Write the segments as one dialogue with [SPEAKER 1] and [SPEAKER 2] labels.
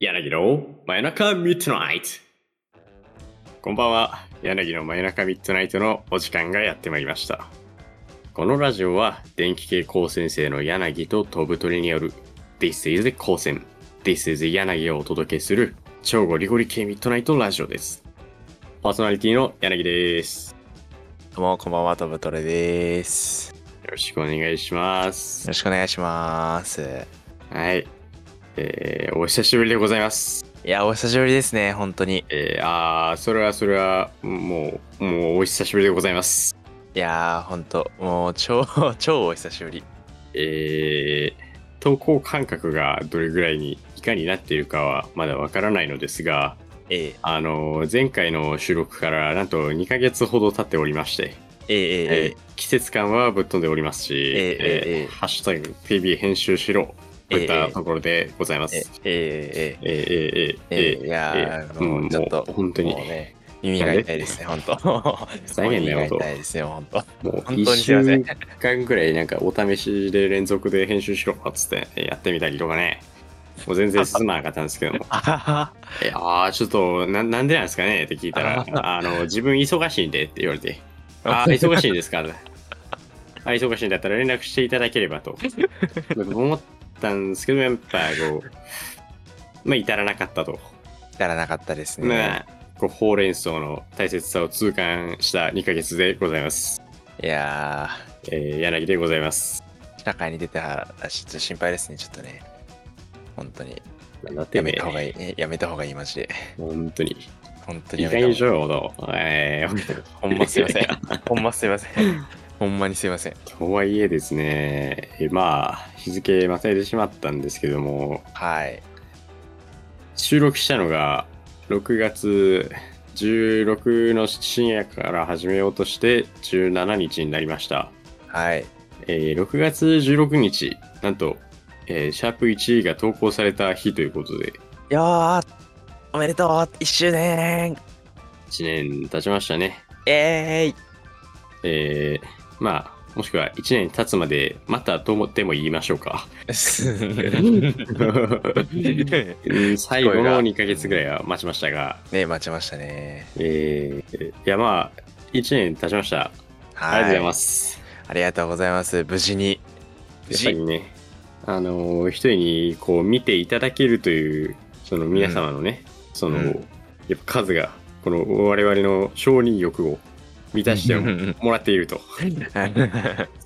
[SPEAKER 1] 柳の真夜中ミッドナイトこんばんは柳の真夜中ミッドナイトのお時間がやってまいりましたこのラジオは電気系高専生の柳と飛ぶ鳥による This is 高専 This is 柳をお届けする超ゴリゴリ系ミッドナイトラジオですパーソナリティの柳です
[SPEAKER 2] どうもこんばんは、とぶとれです。よ
[SPEAKER 1] よろしくお願いします
[SPEAKER 2] ろしくお願いします。
[SPEAKER 1] はいえー、お久しぶりでございます
[SPEAKER 2] いや、お久しぶりですね、本当に。
[SPEAKER 1] えー、あーそれはそれはもうもうお久しぶりでございます
[SPEAKER 2] いやー、本当もう超、 超お久しぶり。
[SPEAKER 1] えー投稿間隔がどれぐらいにいかになっているかはまだわからないのですが、
[SPEAKER 2] ええ、
[SPEAKER 1] あの前回の収録からなんと2ヶ月ほど経っておりまして、
[SPEAKER 2] ええ、え
[SPEAKER 1] えー季節感はぶっ飛んでおりますし「
[SPEAKER 2] ええええ
[SPEAKER 1] ハッシュタグ #PB 編集しろ」といったところでございま
[SPEAKER 2] え、え
[SPEAKER 1] す。
[SPEAKER 2] え、ええ、
[SPEAKER 1] えーえー
[SPEAKER 2] え
[SPEAKER 1] え
[SPEAKER 2] え、え
[SPEAKER 1] ー
[SPEAKER 2] え、いや
[SPEAKER 1] え
[SPEAKER 2] ー、
[SPEAKER 1] ー
[SPEAKER 2] も
[SPEAKER 1] うん
[SPEAKER 2] うちょっと、
[SPEAKER 1] もう本当に
[SPEAKER 2] もうね、耳が痛いですね、本当
[SPEAKER 1] 再現だよ
[SPEAKER 2] 耳が痛いですね、本当
[SPEAKER 1] もう
[SPEAKER 2] 本
[SPEAKER 1] 1
[SPEAKER 2] 当にすいません
[SPEAKER 1] 週間ぐらいなんかお試しで連続で編集しろっつってやってみたりとかねもう全然進まなかったんですけど も
[SPEAKER 2] あはは。
[SPEAKER 1] いやーちょっとななんでなんですかねって聞いた ら「あの自分忙しいんで」って言われて「あー忙しいんですか?」あ忙しいんだったら連絡していただければと思ったんですけどやっぱこうまあ至らなかったと、
[SPEAKER 2] 至らなかったです
[SPEAKER 1] まあ
[SPEAKER 2] ね。
[SPEAKER 1] こうほうれん草の大切さを痛感した2ヶ月でございます、
[SPEAKER 2] いや
[SPEAKER 1] えー柳でございます
[SPEAKER 2] ー、社会に出たら、ちょっと心配ですね、ちょっとね。本当に。
[SPEAKER 1] なんだって
[SPEAKER 2] や
[SPEAKER 1] め
[SPEAKER 2] め
[SPEAKER 1] え
[SPEAKER 2] た方がいい。えやめた方がいい、マジで。
[SPEAKER 1] 本当に
[SPEAKER 2] 本当に
[SPEAKER 1] い
[SPEAKER 2] や
[SPEAKER 1] か
[SPEAKER 2] め
[SPEAKER 1] に
[SPEAKER 2] た方がい
[SPEAKER 1] し
[SPEAKER 2] い。
[SPEAKER 1] ろよと、えー、
[SPEAKER 2] ほんますいません。ほんますいません。ほんまにすいません。
[SPEAKER 1] とはいえですね、えまあ、日付またいでしまったんですけども、
[SPEAKER 2] はい。
[SPEAKER 1] 収録したのが6月16の深夜から始めようとして17日になりました。
[SPEAKER 2] はい。
[SPEAKER 1] えー6月16日、なんと、えーシャープ1が投稿された日ということで、
[SPEAKER 2] よーおめでとう !1 周年
[SPEAKER 1] 1年経ちましたね。
[SPEAKER 2] えーい
[SPEAKER 1] えーまあ、もしくは1年経つまでまたともでも言いましょうか。 うん最後の2ヶ月ぐらいは待ちましたが、
[SPEAKER 2] ね待ちましたね。
[SPEAKER 1] えー、いやまあ1年経ちました、ありが
[SPEAKER 2] は
[SPEAKER 1] とうございます
[SPEAKER 2] ありがとうございます。無事に。無
[SPEAKER 1] やっぱり
[SPEAKER 2] 事。
[SPEAKER 1] ねあのー一人にこう見ていただけるというその皆様のね、その、
[SPEAKER 2] うん
[SPEAKER 1] やっぱ数がこの我々の承認欲を満たしてもらっていると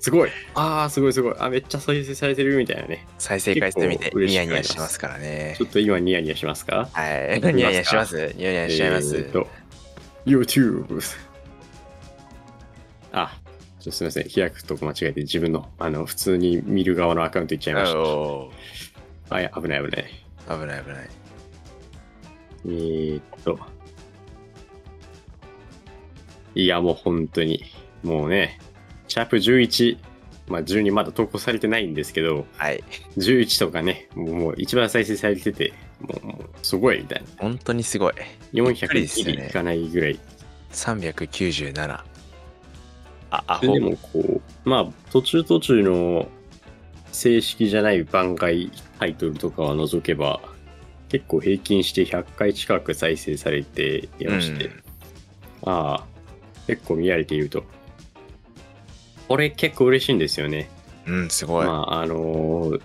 [SPEAKER 1] すごいああすごいすごいあめっちゃ再生されてるみたいなね
[SPEAKER 2] 再生回数見て
[SPEAKER 1] 結構嬉
[SPEAKER 2] ニ
[SPEAKER 1] しく
[SPEAKER 2] ヤ
[SPEAKER 1] なりま
[SPEAKER 2] ニ
[SPEAKER 1] す
[SPEAKER 2] ヤしますからね
[SPEAKER 1] ちょ。っと今ニヤニヤしますか
[SPEAKER 2] はい。
[SPEAKER 1] か
[SPEAKER 2] ニヤニヤします。ニヤニヤしちゃいます。
[SPEAKER 1] えーと、YouTube。あ、ちょっとすみません。開くとこ間違えて自分の、あの、普通に見る側のアカウントいっちゃいまし
[SPEAKER 2] お
[SPEAKER 1] た。あ、いや、危ない危ない。
[SPEAKER 2] ー危ない危ない。
[SPEAKER 1] えー、っと。いや、もう本当に。もうね、シャープ11。まあ、12まだ投稿されてないんですけど、
[SPEAKER 2] はい。
[SPEAKER 1] 11とかね、もうもう一番再生されてて、もうもうすごいみたいな。
[SPEAKER 2] 本当にすごい。
[SPEAKER 1] 400
[SPEAKER 2] です
[SPEAKER 1] に
[SPEAKER 2] よね
[SPEAKER 1] いかないぐらい
[SPEAKER 2] 397。あ、ア
[SPEAKER 1] で
[SPEAKER 2] ホ
[SPEAKER 1] で。もこうまあ途中途中の正式じゃない番外タイトルとかは除けば結構平均して100回近く再生されていまして、
[SPEAKER 2] うん
[SPEAKER 1] ああ結構見られているとこれ結構嬉しいんですよね
[SPEAKER 2] うん、すごい。
[SPEAKER 1] まああのー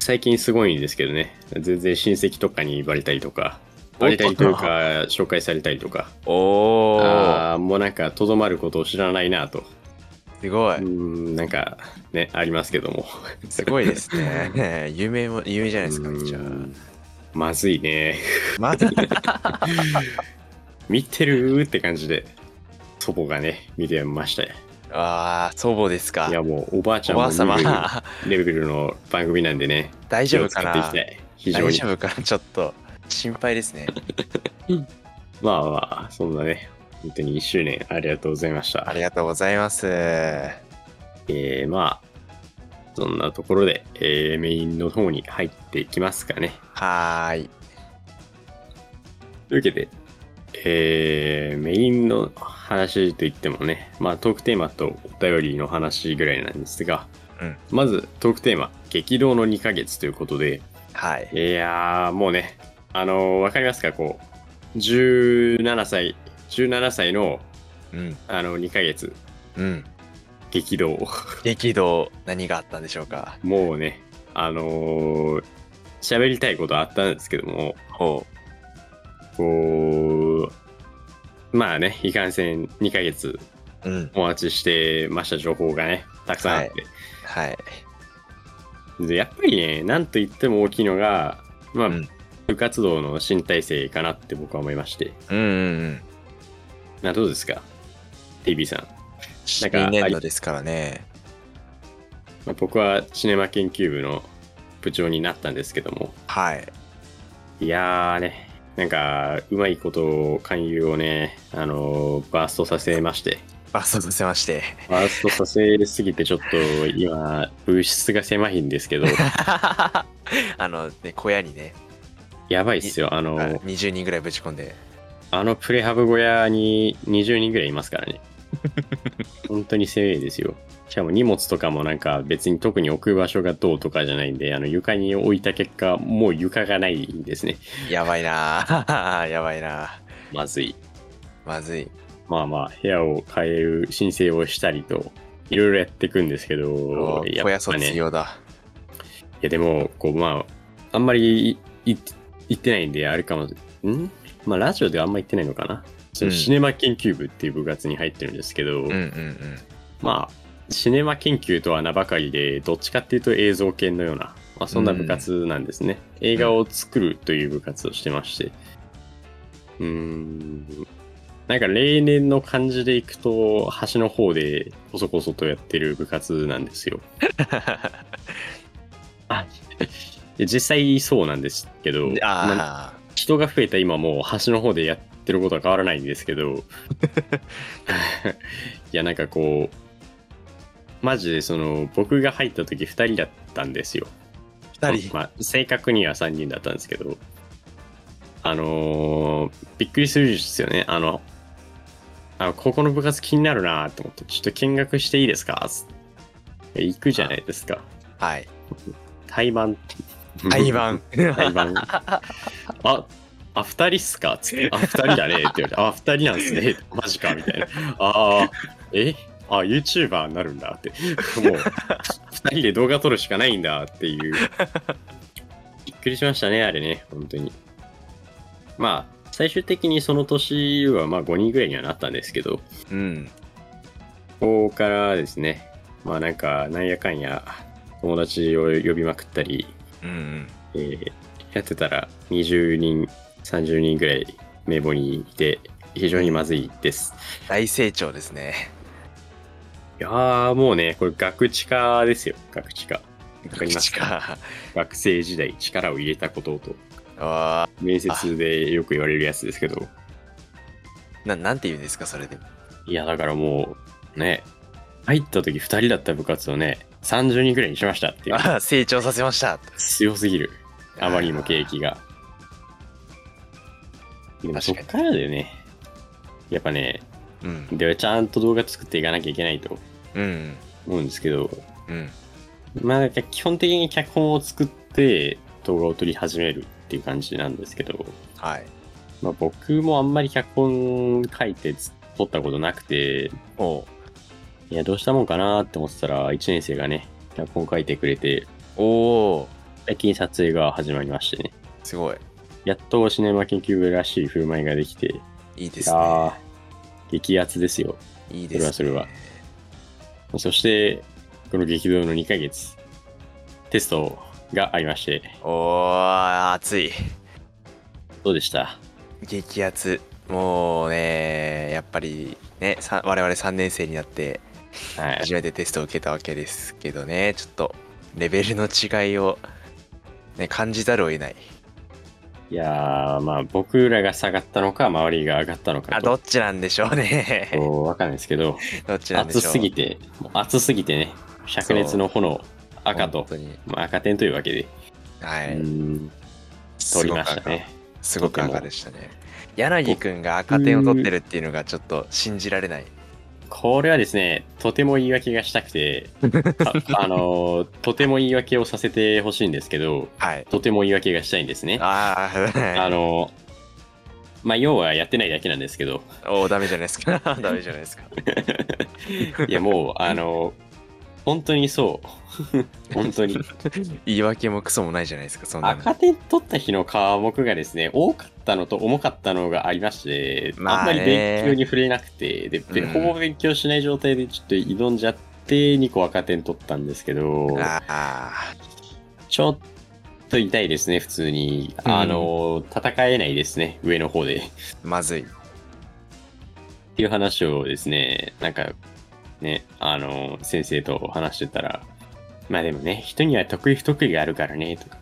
[SPEAKER 1] 最近すごいんですけどね全然親戚とかにバレたりとかバレたりというか紹介されたりとか
[SPEAKER 2] おー、
[SPEAKER 1] ああもうなんかとどまることを知らないなと
[SPEAKER 2] すご
[SPEAKER 1] う
[SPEAKER 2] い。
[SPEAKER 1] ーんなんかねありますけども
[SPEAKER 2] すごいですね。ね 有名も、有名じゃないですか、
[SPEAKER 1] うーん
[SPEAKER 2] じゃあ。
[SPEAKER 1] まずいね
[SPEAKER 2] まだ、
[SPEAKER 1] 見てるって感じで祖母がね見てましたよ
[SPEAKER 2] あー、祖母ですか
[SPEAKER 1] い。やもうおばあちゃ
[SPEAKER 2] お
[SPEAKER 1] んも
[SPEAKER 2] ば
[SPEAKER 1] 見
[SPEAKER 2] あ
[SPEAKER 1] れ
[SPEAKER 2] 様
[SPEAKER 1] る、レベルの番組なんでね
[SPEAKER 2] 大丈夫か
[SPEAKER 1] 気をつけてい
[SPEAKER 2] な
[SPEAKER 1] きたい非常
[SPEAKER 2] 大
[SPEAKER 1] に
[SPEAKER 2] 丈夫かなちょっと、心配で すね。
[SPEAKER 1] まあまあそんなね本当に1周年ありがとうございました
[SPEAKER 2] ありがとうございます。
[SPEAKER 1] えー、まあそんなところで、えーメインの方に入っていきますかね
[SPEAKER 2] はーい。
[SPEAKER 1] というわけで、えー、メインの話といってもね、まあ、トークテーマとお便りの話ぐらいなんですが、
[SPEAKER 2] うん
[SPEAKER 1] まずトークテーマ、激動の2ヶ月ということで、
[SPEAKER 2] はい。
[SPEAKER 1] いやー、もうね、あの、わかりますかこう、17歳、17歳の、
[SPEAKER 2] うん。
[SPEAKER 1] あの、2ヶ月、
[SPEAKER 2] うん。
[SPEAKER 1] 激動。
[SPEAKER 2] 激動、何があったんでしょうか。
[SPEAKER 1] もうね、あのー喋りたいことあったんですけども、
[SPEAKER 2] ほ
[SPEAKER 1] こう、まあね、いかんせん2ヶ月
[SPEAKER 2] う。うん。
[SPEAKER 1] お待ちしてました情報がね、たくさんあって。
[SPEAKER 2] はい。
[SPEAKER 1] で、やっぱりね、なんと言っても大きいのが、まあ、
[SPEAKER 2] うん
[SPEAKER 1] 部活動の新体制かなって僕は思いまして。
[SPEAKER 2] うんうんうん。
[SPEAKER 1] などうですか ?TB さん。なんか
[SPEAKER 2] 新年度ですからね。
[SPEAKER 1] まあ、僕はシネマ研究部の部長になったんですけども、
[SPEAKER 2] はい。
[SPEAKER 1] いやーね、なんか、うまいこと、勧誘をね、あのーバーストさせまして、
[SPEAKER 2] バストさせまして。
[SPEAKER 1] バーストさせすぎて、ちょっと今、物質が狭いんです けど、
[SPEAKER 2] あの、ね、小屋にね、
[SPEAKER 1] やばいっすよ、あの
[SPEAKER 2] あ
[SPEAKER 1] ー、
[SPEAKER 2] 20人ぐらいぶち込んで。
[SPEAKER 1] あのプレハブ小屋に20人ぐらいいます からね。本当に狭いですよ。しかも荷物とかもなんか別に特に置く場所がどうとかじゃないんで、あの床に置いた結果、もう床がないんですね。
[SPEAKER 2] やばいな ぁやばいなぁ
[SPEAKER 1] まずい。
[SPEAKER 2] まずい。
[SPEAKER 1] まあまあ、部屋を変える申請をしたりと、いろいろやっていくんですけど、
[SPEAKER 2] お小屋卒
[SPEAKER 1] い
[SPEAKER 2] 業だ。
[SPEAKER 1] やでも、こうまあ、あんまりいい言ってないんで、あれかも、んまあラジオではあんま言ってないのかな。そうの
[SPEAKER 2] ん
[SPEAKER 1] シネマ研究部っていう部活に入ってるんですけど、
[SPEAKER 2] うんうんうん。
[SPEAKER 1] まあ、シネマ研究とは名ばかりで、どっちかっていうと映像系のような、まあ、そんな部活なんですね。映画を作るという部活をしてまして。うーん。なんか例年の感じでいくと、端の方でこそこそとやってる部活なんですよ。で実際そうなんですけど、まあ
[SPEAKER 2] あ
[SPEAKER 1] 人が増えた今も端の方でやってることは変わらないんですけ どいやなんかこうマジでその僕が入った時2人だったんですよ
[SPEAKER 2] あ、二人。
[SPEAKER 1] まあ、正確には3人だったんですけどあのーびっくりするですよねあのあここの部活気になるなと思ってちょっと見学していいですかつって行くじゃないですか
[SPEAKER 2] はい。
[SPEAKER 1] 対バン
[SPEAKER 2] 台 湾。
[SPEAKER 1] 対バン ああ二人っすかつってあ二人だねって言われてあ二人なんですねマジかみたいなああえあ YouTuber になるんだってもう二人で動画撮るしかないんだっていうびっくりしましたねあれね本当にまあ最終的にその年はまあ5人ぐらいにはなったんですけど
[SPEAKER 2] うん。
[SPEAKER 1] ここからですねまあなんかなんやかんや友達を呼びまくったり
[SPEAKER 2] うんうん。
[SPEAKER 1] えーやってたら20人30人ぐらい名簿にいて非常にまずいです
[SPEAKER 2] 大成長ですね。
[SPEAKER 1] いやーもうねこれ学知化ですよ学知化わかりますか
[SPEAKER 2] か。
[SPEAKER 1] 学生時代力を入れたことと
[SPEAKER 2] あ
[SPEAKER 1] 面接でよく言われるやつですけど
[SPEAKER 2] ーななんて言うんですか、それで。
[SPEAKER 1] いやだからもうね入った時2人だった部活をね30人ぐらいにしましたっていう
[SPEAKER 2] あー 成長させました。
[SPEAKER 1] 強すぎるあまりにも景気が。でもそっからだよねやっぱね
[SPEAKER 2] うん。
[SPEAKER 1] でちゃんと動画作っていかなきゃいけないと
[SPEAKER 2] うん。
[SPEAKER 1] 思うんですけど
[SPEAKER 2] うん。
[SPEAKER 1] まあなんか基本的に脚本を作って動画を撮り始めるっていう感じなんですけど、
[SPEAKER 2] はい。
[SPEAKER 1] まあ、僕もあんまり脚本書いて撮ったことなくて
[SPEAKER 2] おう
[SPEAKER 1] いやどうしたもんかなって思ってたら1年生がね脚本書いてくれて
[SPEAKER 2] おー
[SPEAKER 1] 最近撮影が始まりましてね
[SPEAKER 2] すごい。
[SPEAKER 1] やっとシネマ研究部らしい振る舞いができて、
[SPEAKER 2] いいで
[SPEAKER 1] い
[SPEAKER 2] す
[SPEAKER 1] や
[SPEAKER 2] ね。
[SPEAKER 1] ー激アツですよ
[SPEAKER 2] いいですね。
[SPEAKER 1] それはそして、この激動の2ヶ月、テストがありまして、
[SPEAKER 2] おー、熱い。
[SPEAKER 1] どうでした
[SPEAKER 2] 激アツ。もうね、やっぱりね、さ我々3年生になって、
[SPEAKER 1] はい。
[SPEAKER 2] 初めてテストを受けたわけですけどね、ちょっとレベルの違いを、ね、感じざるを得ない。
[SPEAKER 1] いやー、まあ、僕らが下がったのか、周りが上がったのか
[SPEAKER 2] あ、
[SPEAKER 1] と、
[SPEAKER 2] どっちなんでしょうね。
[SPEAKER 1] こうわかんないですけど、
[SPEAKER 2] どっちなんでし
[SPEAKER 1] 熱
[SPEAKER 2] ょう。
[SPEAKER 1] すぎて、もう熱すぎてね、灼熱の炎、赤と
[SPEAKER 2] 本、当に。
[SPEAKER 1] まあ、赤点というわけで、
[SPEAKER 2] は
[SPEAKER 1] う
[SPEAKER 2] い。
[SPEAKER 1] ーん、取りましたね。
[SPEAKER 2] すごく赤。すごく
[SPEAKER 1] とても
[SPEAKER 2] 赤でしたね。柳くんが赤点を取ってるっていうのがちょっと信じられない。
[SPEAKER 1] これはですね、とても言い訳がしたく て、ああの、とても言い訳をさせてほしいんですけど、
[SPEAKER 2] はい。
[SPEAKER 1] とても言い訳がしたいんですね。
[SPEAKER 2] あ
[SPEAKER 1] あ
[SPEAKER 2] あ、
[SPEAKER 1] の、まあ、要はやってないだけなんですけど、
[SPEAKER 2] おお、ダメじゃないですか。 ダメじゃないですか。
[SPEAKER 1] いや、もう、あの、本当に そう。本当に。
[SPEAKER 2] 言い訳もクソもないじゃないですか、そんなの。
[SPEAKER 1] 赤点取った日の科目がですね、多かったのと重かったのがありまして、
[SPEAKER 2] ま
[SPEAKER 1] あ
[SPEAKER 2] あ
[SPEAKER 1] ん
[SPEAKER 2] ね
[SPEAKER 1] まり勉強に触れなくて、で、で
[SPEAKER 2] うん
[SPEAKER 1] ほぼ勉強しない状態でちょっと挑んじゃって、2個赤点取ったんですけど、
[SPEAKER 2] ああ、
[SPEAKER 1] ちょっと痛いですね、普通に。
[SPEAKER 2] うん
[SPEAKER 1] あの、戦えないですね、上の方で。
[SPEAKER 2] まずい。
[SPEAKER 1] っていう話をですね、なんか、ね、あの、先生と話してたら、まあでもね、人には得意不得意があるからね、とか、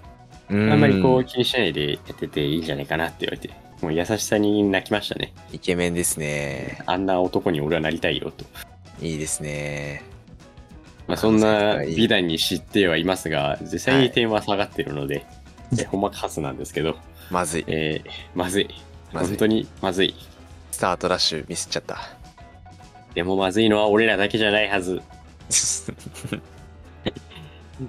[SPEAKER 2] あ
[SPEAKER 1] あんまりこう
[SPEAKER 2] う。
[SPEAKER 1] 気にしないでやってていいんじゃないかなって言われて、もう優しさに泣きましたね。
[SPEAKER 2] イケメンですね。
[SPEAKER 1] あんな男に俺はなりたいよと。
[SPEAKER 2] いいですね。
[SPEAKER 1] まあそんな
[SPEAKER 2] はい
[SPEAKER 1] 美談に知ってはいますが、実際に点は下がってるの で、えほんまかすなんですけど、
[SPEAKER 2] まずい。
[SPEAKER 1] えーまずい。
[SPEAKER 2] まずい
[SPEAKER 1] 本当にまずい。
[SPEAKER 2] スタートダッシュミスっちゃった。
[SPEAKER 1] でもまずいのは俺らだけじゃないはず。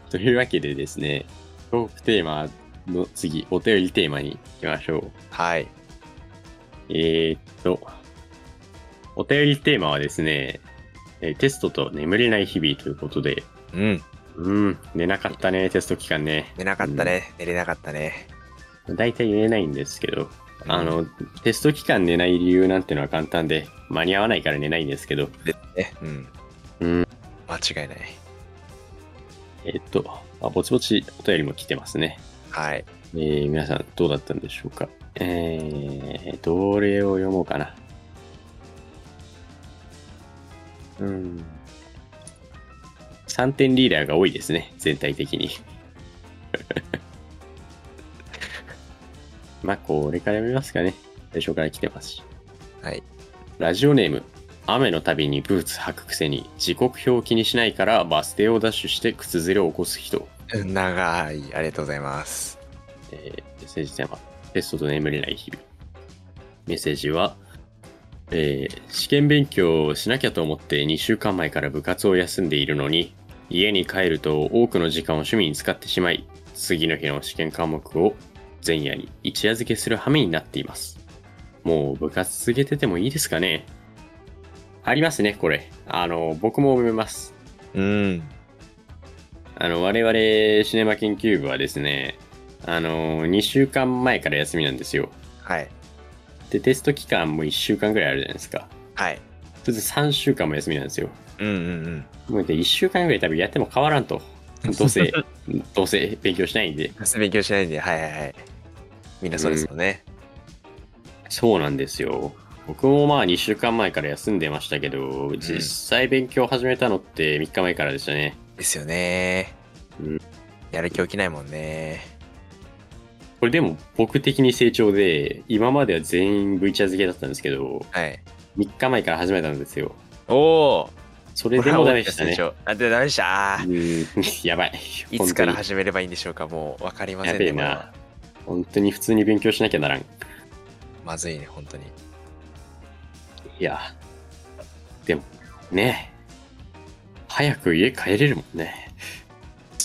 [SPEAKER 1] というわけでですね、トークテーマの次、お便りテーマに行きましょう。
[SPEAKER 2] はい。
[SPEAKER 1] えー、っと、お便りテーマはですね、えーテストと眠れない日々ということで、
[SPEAKER 2] うん。
[SPEAKER 1] うん、寝なかったね、テスト期間ね。
[SPEAKER 2] 寝なかったね。寝れなかったね。
[SPEAKER 1] だいたい寝れないんですけど、
[SPEAKER 2] うん
[SPEAKER 1] あ、の、テスト期間寝ない理由なんてのは簡単で、間に合わないから寝ないんですけど、
[SPEAKER 2] ね。うん。
[SPEAKER 1] うん、
[SPEAKER 2] 間違いない。
[SPEAKER 1] えーっと、あぼちぼちお便りも来てますね。
[SPEAKER 2] はい。
[SPEAKER 1] えー皆さんどうだったんでしょうかえー、どれを読もうかなうん。3点リーダーが多いですね、全体的に。 まあ、これから見ますかね。最初から来てますし。
[SPEAKER 2] はい。
[SPEAKER 1] ラジオネーム、雨のたびにブーツ履くくせに、時刻表を気にしないからバス停をダッシュして靴ずれを起こす人。
[SPEAKER 2] 長い。ありがとうございます。
[SPEAKER 1] えーメッセージテーマ、テストと眠れない日々。メッセージは、えー試験勉強をしなきゃと思って2週間前から部活を休んでいるのに、家に帰ると多くの時間を趣味に使ってしまい、次の日の試験科目を前夜に一夜漬けする羽目になっています。もう部活続けててもいいですかねありますね、これ。あの、僕も思います。
[SPEAKER 2] うん。
[SPEAKER 1] あの、我々シネマ研究部はですね、あの、2週間前から休みなんですよ。
[SPEAKER 2] はい。
[SPEAKER 1] で、テスト期間も1週間ぐらいあるじゃないですか。
[SPEAKER 2] はい。
[SPEAKER 1] それで3週間も休みなんですよ。
[SPEAKER 2] うんうんうん。
[SPEAKER 1] もうで1週間ぐらい多分やっても変わらんと。どうせ、どうせ勉強しないんで。
[SPEAKER 2] 勉強しないんで、はいはいはい。みんなそうですよね。
[SPEAKER 1] そうなんですよ。僕もまあ2週間前から休んでましたけど、実際勉強始めたのって3日前からでしたね。
[SPEAKER 2] ですよね
[SPEAKER 1] うん。
[SPEAKER 2] やる気起きないもんね。
[SPEAKER 1] これでも僕的に成長で、今までは全員 V チャー漬けだったんですけど、
[SPEAKER 2] はい。
[SPEAKER 1] 3日前から始めたんですよ。
[SPEAKER 2] おお。
[SPEAKER 1] それでもダメでしたね。
[SPEAKER 2] あ、で、ダメでした。あー
[SPEAKER 1] うーん やばい。
[SPEAKER 2] いつから
[SPEAKER 1] 本
[SPEAKER 2] 始めればいいんでしょうか。もうわかりません
[SPEAKER 1] やべえ
[SPEAKER 2] ね。
[SPEAKER 1] な
[SPEAKER 2] こ
[SPEAKER 1] 当
[SPEAKER 2] れは
[SPEAKER 1] に本当に普通に勉強しなきゃならん。い
[SPEAKER 2] まずいね、本当に。
[SPEAKER 1] や。でも、ね早く家帰れるもんね。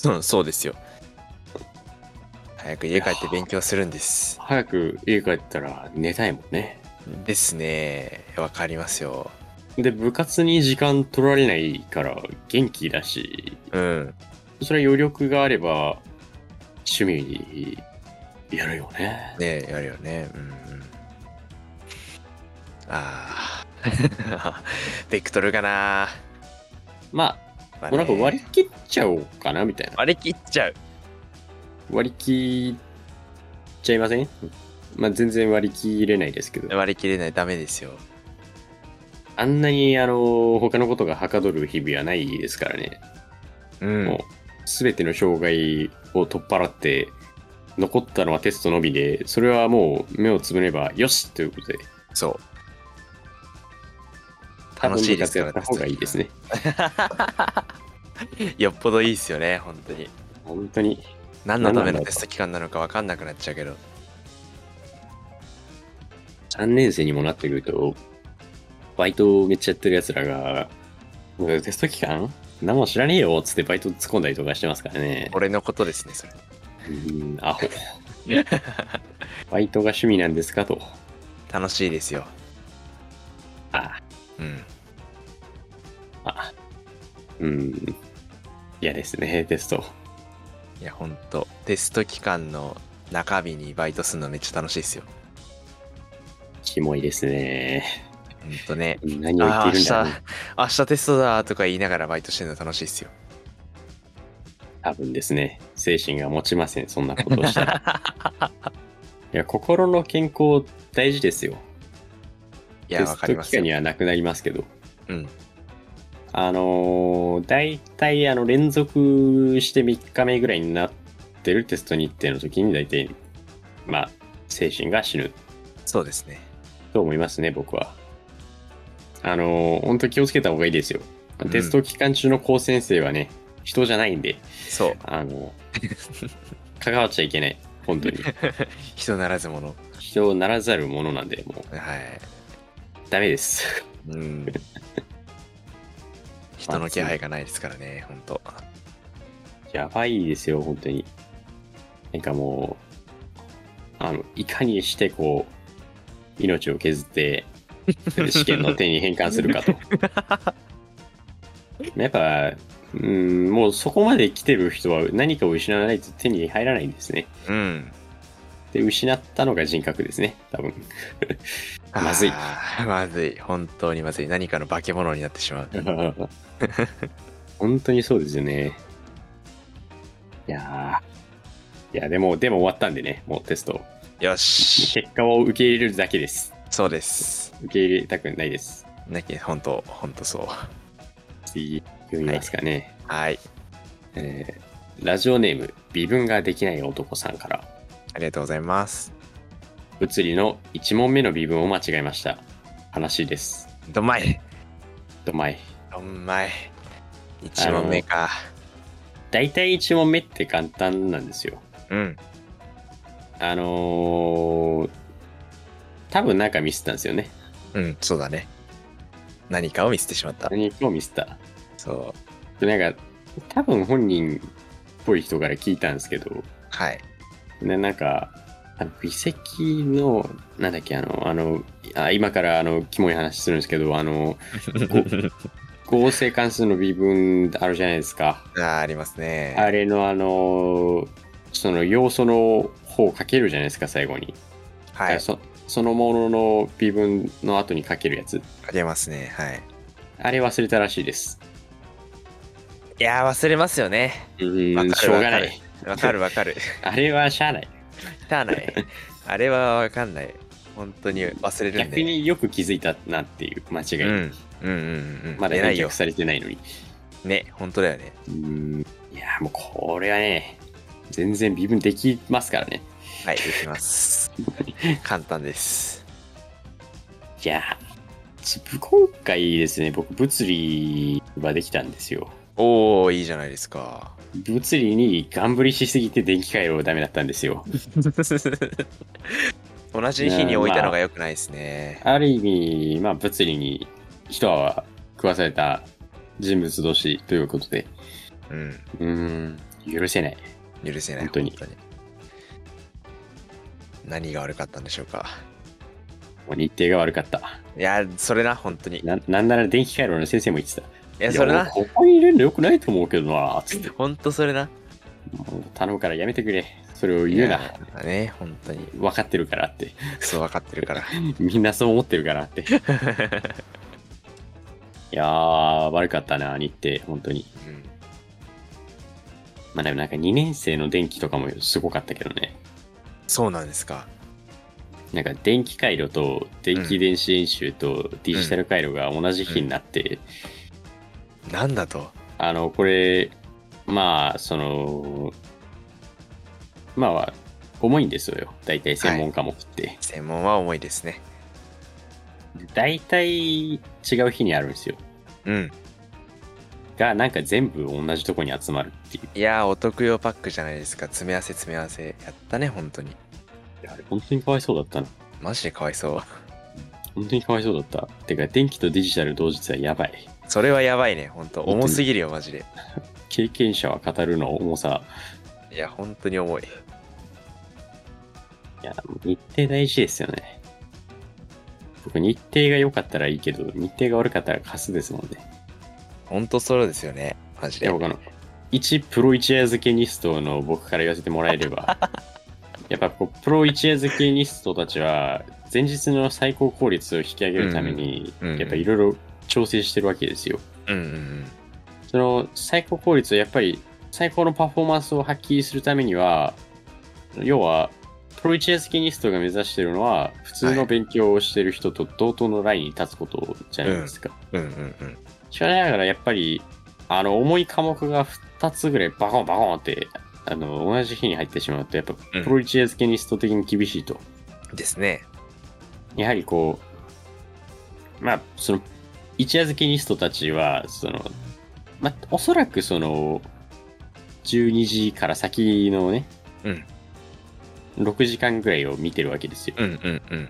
[SPEAKER 2] うん、そうですよ。早く家帰って勉強するんです。
[SPEAKER 1] 早く家帰ったら寝たいもんね。
[SPEAKER 2] ですね。わかりますよ。
[SPEAKER 1] で、部活に時間取られないから元気だし、
[SPEAKER 2] うん。
[SPEAKER 1] それは余力があれば趣味にやるよね。
[SPEAKER 2] ねやるよね。うんうん。ああ。 ベクトルかな。
[SPEAKER 1] ま
[SPEAKER 2] ま
[SPEAKER 1] あ、
[SPEAKER 2] あ
[SPEAKER 1] もうなんか
[SPEAKER 2] ね
[SPEAKER 1] 割り切っちゃおうかなみたいな。
[SPEAKER 2] 割り切っちゃう。
[SPEAKER 1] 割り切っちゃいませんまあ全然割り切れないですけど。
[SPEAKER 2] 割り切れないダメですよ。
[SPEAKER 1] あんなに、あの、他のことがはかどる日々はないですからね。
[SPEAKER 2] うん。
[SPEAKER 1] もう、すべての障害を取っ払って、残ったのはテストのみで、それはもう目をつぶれば、よしということで、
[SPEAKER 2] そう。
[SPEAKER 1] 多分
[SPEAKER 2] 楽しいです
[SPEAKER 1] 部活やった方がいいですね。
[SPEAKER 2] よっぽどいいですよね、本当に。
[SPEAKER 1] 本当に。
[SPEAKER 2] 何のため
[SPEAKER 1] 何なんだろ
[SPEAKER 2] の
[SPEAKER 1] う
[SPEAKER 2] テスト期間なのか分かんなくなっちゃうけど。
[SPEAKER 1] 3年生にもなってくると、バイトめっちゃやってる奴らが、うんテスト期間何も知らねえよっつってバイト突っ込んだりとかしてますからね。
[SPEAKER 2] 俺のことですね、それ。
[SPEAKER 1] うん、 アホ。バイトが趣味なんですかと。
[SPEAKER 2] 楽しいですよ。
[SPEAKER 1] あ
[SPEAKER 2] うん。
[SPEAKER 1] あ、うん、嫌ですね、テスト。
[SPEAKER 2] いや、ほんと、テスト期間の中日にバイトするのめっちゃ楽しいですよ。
[SPEAKER 1] キモいですね。
[SPEAKER 2] ほん とね。
[SPEAKER 1] 何を言っ
[SPEAKER 2] あ
[SPEAKER 1] て
[SPEAKER 2] ー
[SPEAKER 1] いるんだろう
[SPEAKER 2] 明。日、明日テストだとか言いながらバイトしてるの楽しいですよ。
[SPEAKER 1] 多分ですね、精神が持ちません、そんなことをしたら。 いや、心の健康大事ですよ。
[SPEAKER 2] いや、
[SPEAKER 1] テ
[SPEAKER 2] わ
[SPEAKER 1] ス
[SPEAKER 2] か
[SPEAKER 1] ト
[SPEAKER 2] りま
[SPEAKER 1] 期
[SPEAKER 2] す
[SPEAKER 1] 間
[SPEAKER 2] よ。
[SPEAKER 1] にはなくなりますけど。
[SPEAKER 2] うん。
[SPEAKER 1] あのー、大体あの連続して3日目ぐらいになってるテスト日程の時に大体、まあ、精神が死ぬ
[SPEAKER 2] そうですね。
[SPEAKER 1] と思いますね、僕は。あのー、本当気をつけた方がいいですよ。
[SPEAKER 2] うん
[SPEAKER 1] テスト期間中の高先生はね、人じゃないんで、
[SPEAKER 2] そう。
[SPEAKER 1] あの ー、関わっちゃいけない。本当に。
[SPEAKER 2] 人ならず者。
[SPEAKER 1] 必要ならざるものなんで、もう
[SPEAKER 2] はい。
[SPEAKER 1] ダメです。
[SPEAKER 2] うん。人の気配がないですからね、ほんと。
[SPEAKER 1] やばいですよ、本当に。なんかもう、あの、いかにしてこう、命を削って、試験の手に変換するかと。やっぱ、うん、もうそこまで来てる人は何かを失わないと手に入らないんですね。
[SPEAKER 2] うん。
[SPEAKER 1] で、失ったのが人格ですね、多分。まずい
[SPEAKER 2] あー。まずい。本当にまずい。何かの化け物になってしまう。
[SPEAKER 1] 本当にそうですよね。いやーいや、でも、でも終わったんでね、もうテスト。
[SPEAKER 2] よし。
[SPEAKER 1] 結果を受け入れるだけです。
[SPEAKER 2] そうです。
[SPEAKER 1] 受け入れたくないです。
[SPEAKER 2] ね、本当本当そう。
[SPEAKER 1] 次、読みますかね。
[SPEAKER 2] はい。
[SPEAKER 1] えーラジオネーム、微分ができない男さんから。
[SPEAKER 2] ありがとうございます。
[SPEAKER 1] 物理の1問目の微分を間違えました。話です。
[SPEAKER 2] どんまい。
[SPEAKER 1] と前。
[SPEAKER 2] どんまい。1問目か。
[SPEAKER 1] 大体1問目って簡単なんですよ。
[SPEAKER 2] うん。
[SPEAKER 1] あのー、多分なんかミスったんですよね。
[SPEAKER 2] うん、そうだね。何かを見せてしまった。
[SPEAKER 1] 何をミスった。
[SPEAKER 2] そう。
[SPEAKER 1] でなんか、多分本人っぽい人から聞いたんですけど、
[SPEAKER 2] はい。
[SPEAKER 1] ね、なんか、あの遺跡の、なんだっけ、あの、あの、あ今からあの、キモい話するんですけど、あ の、合成関数の微分あるじゃないですか。
[SPEAKER 2] あーありますね。
[SPEAKER 1] あれのあの、その要素の方をかけるじゃないですか、最後に。
[SPEAKER 2] はい。
[SPEAKER 1] そそのものの微分の後にかけるやつ。
[SPEAKER 2] ありますね。はい。
[SPEAKER 1] あれ忘れたらしいです。
[SPEAKER 2] いやー、忘れますよね。
[SPEAKER 1] う
[SPEAKER 2] わ
[SPEAKER 1] ーん、
[SPEAKER 2] か
[SPEAKER 1] し
[SPEAKER 2] る
[SPEAKER 1] ょう
[SPEAKER 2] わ
[SPEAKER 1] が
[SPEAKER 2] か
[SPEAKER 1] な
[SPEAKER 2] る
[SPEAKER 1] い。
[SPEAKER 2] わかるわ かる。
[SPEAKER 1] あれはしゃあない。
[SPEAKER 2] しゃあない。あれはわかんない。本当に忘れるんで。
[SPEAKER 1] 逆によく気づいたなっていう間違
[SPEAKER 2] う
[SPEAKER 1] い。
[SPEAKER 2] ん。うんうんうん。
[SPEAKER 1] まだ
[SPEAKER 2] 偉
[SPEAKER 1] 返
[SPEAKER 2] いよ
[SPEAKER 1] 却。されてないのに。
[SPEAKER 2] ね、本当だよね。
[SPEAKER 1] うーんいやーもうこれはね全然微分できますからね
[SPEAKER 2] はい、でき ます。簡単です。
[SPEAKER 1] いやーち今回ですね僕物理はできたんですよ
[SPEAKER 2] おー、いいじゃないです か。
[SPEAKER 1] 物理にガンブリしすぎて電気回路ダメだったんですよ
[SPEAKER 2] 同じ日に置いたのが良くないですね。
[SPEAKER 1] ある意味まあ物理に一泡食わされた人物同士ということで
[SPEAKER 2] うん。
[SPEAKER 1] うーん許せない
[SPEAKER 2] 許せない。
[SPEAKER 1] 本当に
[SPEAKER 2] 何が悪かったんでしょうか。
[SPEAKER 1] もう日程が悪かった
[SPEAKER 2] いや、それな、本当に。い
[SPEAKER 1] ななんなら電気回路の先生も言ってた
[SPEAKER 2] や、それ
[SPEAKER 1] 俺
[SPEAKER 2] な。
[SPEAKER 1] ここに入れるのよくないと思うけどなつって
[SPEAKER 2] 本当それな。
[SPEAKER 1] もう頼むからやめてくれそれを言うない
[SPEAKER 2] や。ね、本当に。
[SPEAKER 1] 分かってるからって
[SPEAKER 2] そう分かってるから。
[SPEAKER 1] みんなそう思ってるから っていやー悪かったな日程本当に
[SPEAKER 2] うん
[SPEAKER 1] まあでもなんか2年生の電気とかもすごかったけどね
[SPEAKER 2] そうなんですか。
[SPEAKER 1] なんか電気回路と電気電子演習とデジタル回路が同じ日になって、
[SPEAKER 2] なんだと。
[SPEAKER 1] あのこれまあそのまあ重いんですよ大体専門科目って、
[SPEAKER 2] 専門は重いですね。
[SPEAKER 1] 大体違う日にあるんですよ
[SPEAKER 2] うん。
[SPEAKER 1] がなんか全部同じとこに集まるっていう
[SPEAKER 2] いやー、お得用パックじゃないですか。詰め合わせ詰め合わせ。やったね、本当に。
[SPEAKER 1] あれ本当にかわいそうだったな
[SPEAKER 2] マジでかわいそう。
[SPEAKER 1] 本当にかわいそうだった。てか、電気とデジタル同日はやばい。
[SPEAKER 2] それはやばいね、本当
[SPEAKER 1] 本当に
[SPEAKER 2] 重すぎるよ、マジで。
[SPEAKER 1] 経験者は語るの重さ。
[SPEAKER 2] いや、本当に重い。
[SPEAKER 1] いや、日程大事ですよね。僕、日程が良かったらいいけど、日程が悪かったらカスですもんね。
[SPEAKER 2] 本当そうですよね、マジ
[SPEAKER 1] い
[SPEAKER 2] で
[SPEAKER 1] や、。他の、一プロ一夜漬けニストの僕から言わせてもらえれば、 やっぱこう、プロ一夜漬けニストたちは、前日の最高効率を引き上げるために、
[SPEAKER 2] うんうん
[SPEAKER 1] やっぱいろいろ調整してるわけですよ。
[SPEAKER 2] うんうん
[SPEAKER 1] その最高効率をやっぱり最高のパフォーマンスを発揮するためには要はプロ一夜スキニストが目指してるのは普通
[SPEAKER 2] は
[SPEAKER 1] の
[SPEAKER 2] い
[SPEAKER 1] 勉強をしてる人と同等のラインに立つことじゃないですか。
[SPEAKER 2] うん。うんうんうん。
[SPEAKER 1] しかしながらやっぱりあの重い科目が2つぐらいバコンバコンってあの同じ日に入ってしまうとやっぱ
[SPEAKER 2] うん
[SPEAKER 1] プロ一夜スキニスト的に厳しいと。
[SPEAKER 2] ですね。
[SPEAKER 1] やはりこう、まあ、その、一夜漬けニストたちは、その、まあ、おそらくその、12時から先のね、
[SPEAKER 2] うん
[SPEAKER 1] 6時間ぐらいを見てるわけですよ。
[SPEAKER 2] うんうんうん。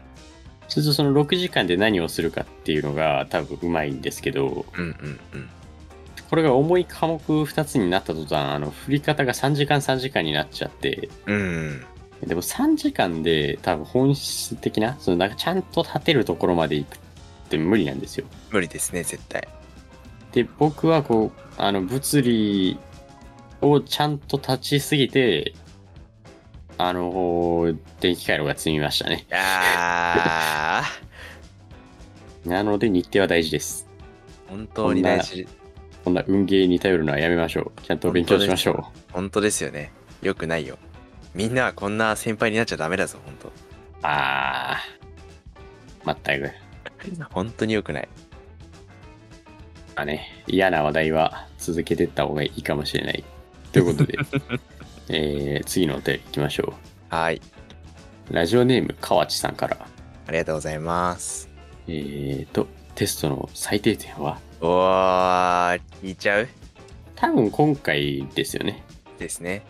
[SPEAKER 1] そうするとその6時間で何をするかっていうのが多分うまいんですけど、
[SPEAKER 2] うんうんうん。
[SPEAKER 1] これが重い科目2つになった途端、あの、振り方が3時間3時間になっちゃって、
[SPEAKER 2] うん
[SPEAKER 1] でも3時間で多分本質的な、そのなんかちゃんと立てるところまで行くって無理なんですよ。
[SPEAKER 2] 無理ですね、絶対。
[SPEAKER 1] で僕はこうあの物理をちゃんと立ちすぎてあの電気回路が積みましたね
[SPEAKER 2] いやー、
[SPEAKER 1] なので日程は大事です
[SPEAKER 2] 本当に大事。
[SPEAKER 1] こんな運ゲーに頼るのはやめましょうちゃんと勉強しましょう
[SPEAKER 2] 本当ですよね。よくないよ。みんなはこんな先輩になっちゃダメだぞ、本当。
[SPEAKER 1] ああ全く
[SPEAKER 2] 本当によくない。
[SPEAKER 1] まあね嫌な話題は続けてった方がいいかもしれないということ で、えー次のお便りいきましょ
[SPEAKER 2] はい。
[SPEAKER 1] うラジオネーム河内さんから
[SPEAKER 2] ありがとうございます。
[SPEAKER 1] えーとテストの最低点は
[SPEAKER 2] おー、聞いちゃう
[SPEAKER 1] 多分今回ですよね。
[SPEAKER 2] ですね。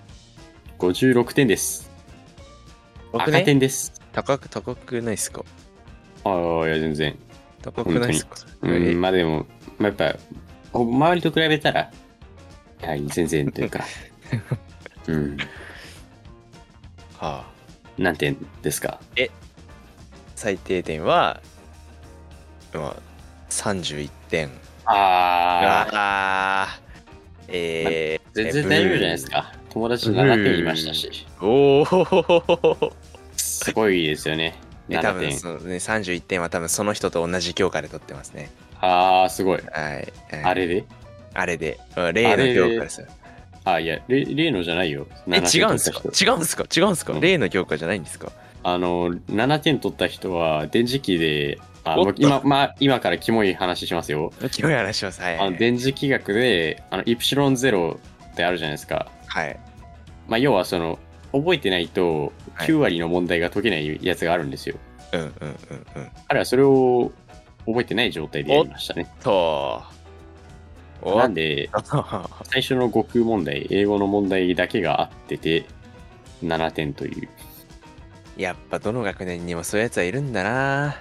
[SPEAKER 1] 56点です。
[SPEAKER 2] 僕
[SPEAKER 1] 赤
[SPEAKER 2] ね、
[SPEAKER 1] 点です。
[SPEAKER 2] 高く、高くないっすか
[SPEAKER 1] ああ、いや、全然。
[SPEAKER 2] 高くないっすか
[SPEAKER 1] う
[SPEAKER 2] え
[SPEAKER 1] ん、まあでも、まあ、やっぱ、こう周りと比べたら、やはり全然という か、うん、
[SPEAKER 2] はあ、
[SPEAKER 1] 何点ですか
[SPEAKER 2] 最低点は、まあ、31点。
[SPEAKER 1] ああ、
[SPEAKER 2] あー。えー、
[SPEAKER 1] 全然大丈夫じゃないですか。友達7点言いましたし、
[SPEAKER 2] おー。
[SPEAKER 1] すごいですよね。
[SPEAKER 2] ね、多
[SPEAKER 1] 7
[SPEAKER 2] 分
[SPEAKER 1] 点。
[SPEAKER 2] そのね31点は多分その人と同じ教科で取ってますね。
[SPEAKER 1] ああ、すごい。
[SPEAKER 2] はい。はい
[SPEAKER 1] あれで
[SPEAKER 2] あれで。うん例の教科ですよ。
[SPEAKER 1] ああ、いや、れ例のじゃないよ。
[SPEAKER 2] え、
[SPEAKER 1] 7点
[SPEAKER 2] 違うんですか
[SPEAKER 1] 取った人
[SPEAKER 2] 違うんですか違うんですか
[SPEAKER 1] うん
[SPEAKER 2] 例の教科じゃないんですか
[SPEAKER 1] あの、7点取った人は、電磁気で、あ
[SPEAKER 2] お
[SPEAKER 1] の
[SPEAKER 2] っと
[SPEAKER 1] 今、まあ、今からキモい話しますよ。
[SPEAKER 2] 昨日話します。はいは
[SPEAKER 1] あの
[SPEAKER 2] い。
[SPEAKER 1] 電磁気学で、あの、イプシロンゼロってあるじゃないですか。
[SPEAKER 2] はい。
[SPEAKER 1] まあ、要はその、覚えてないと、
[SPEAKER 2] はい
[SPEAKER 1] 9割の問題が解けないやつがあるんですよ。
[SPEAKER 2] うんうんうんうん。
[SPEAKER 1] 彼はそれを覚えてない状態でやりましたね。
[SPEAKER 2] とー。お
[SPEAKER 1] なんで、
[SPEAKER 2] は
[SPEAKER 1] 最初の5級問題、英語の問題だけがあってて、7点という。
[SPEAKER 2] やっぱどの学年にもそういうやつはいるんだな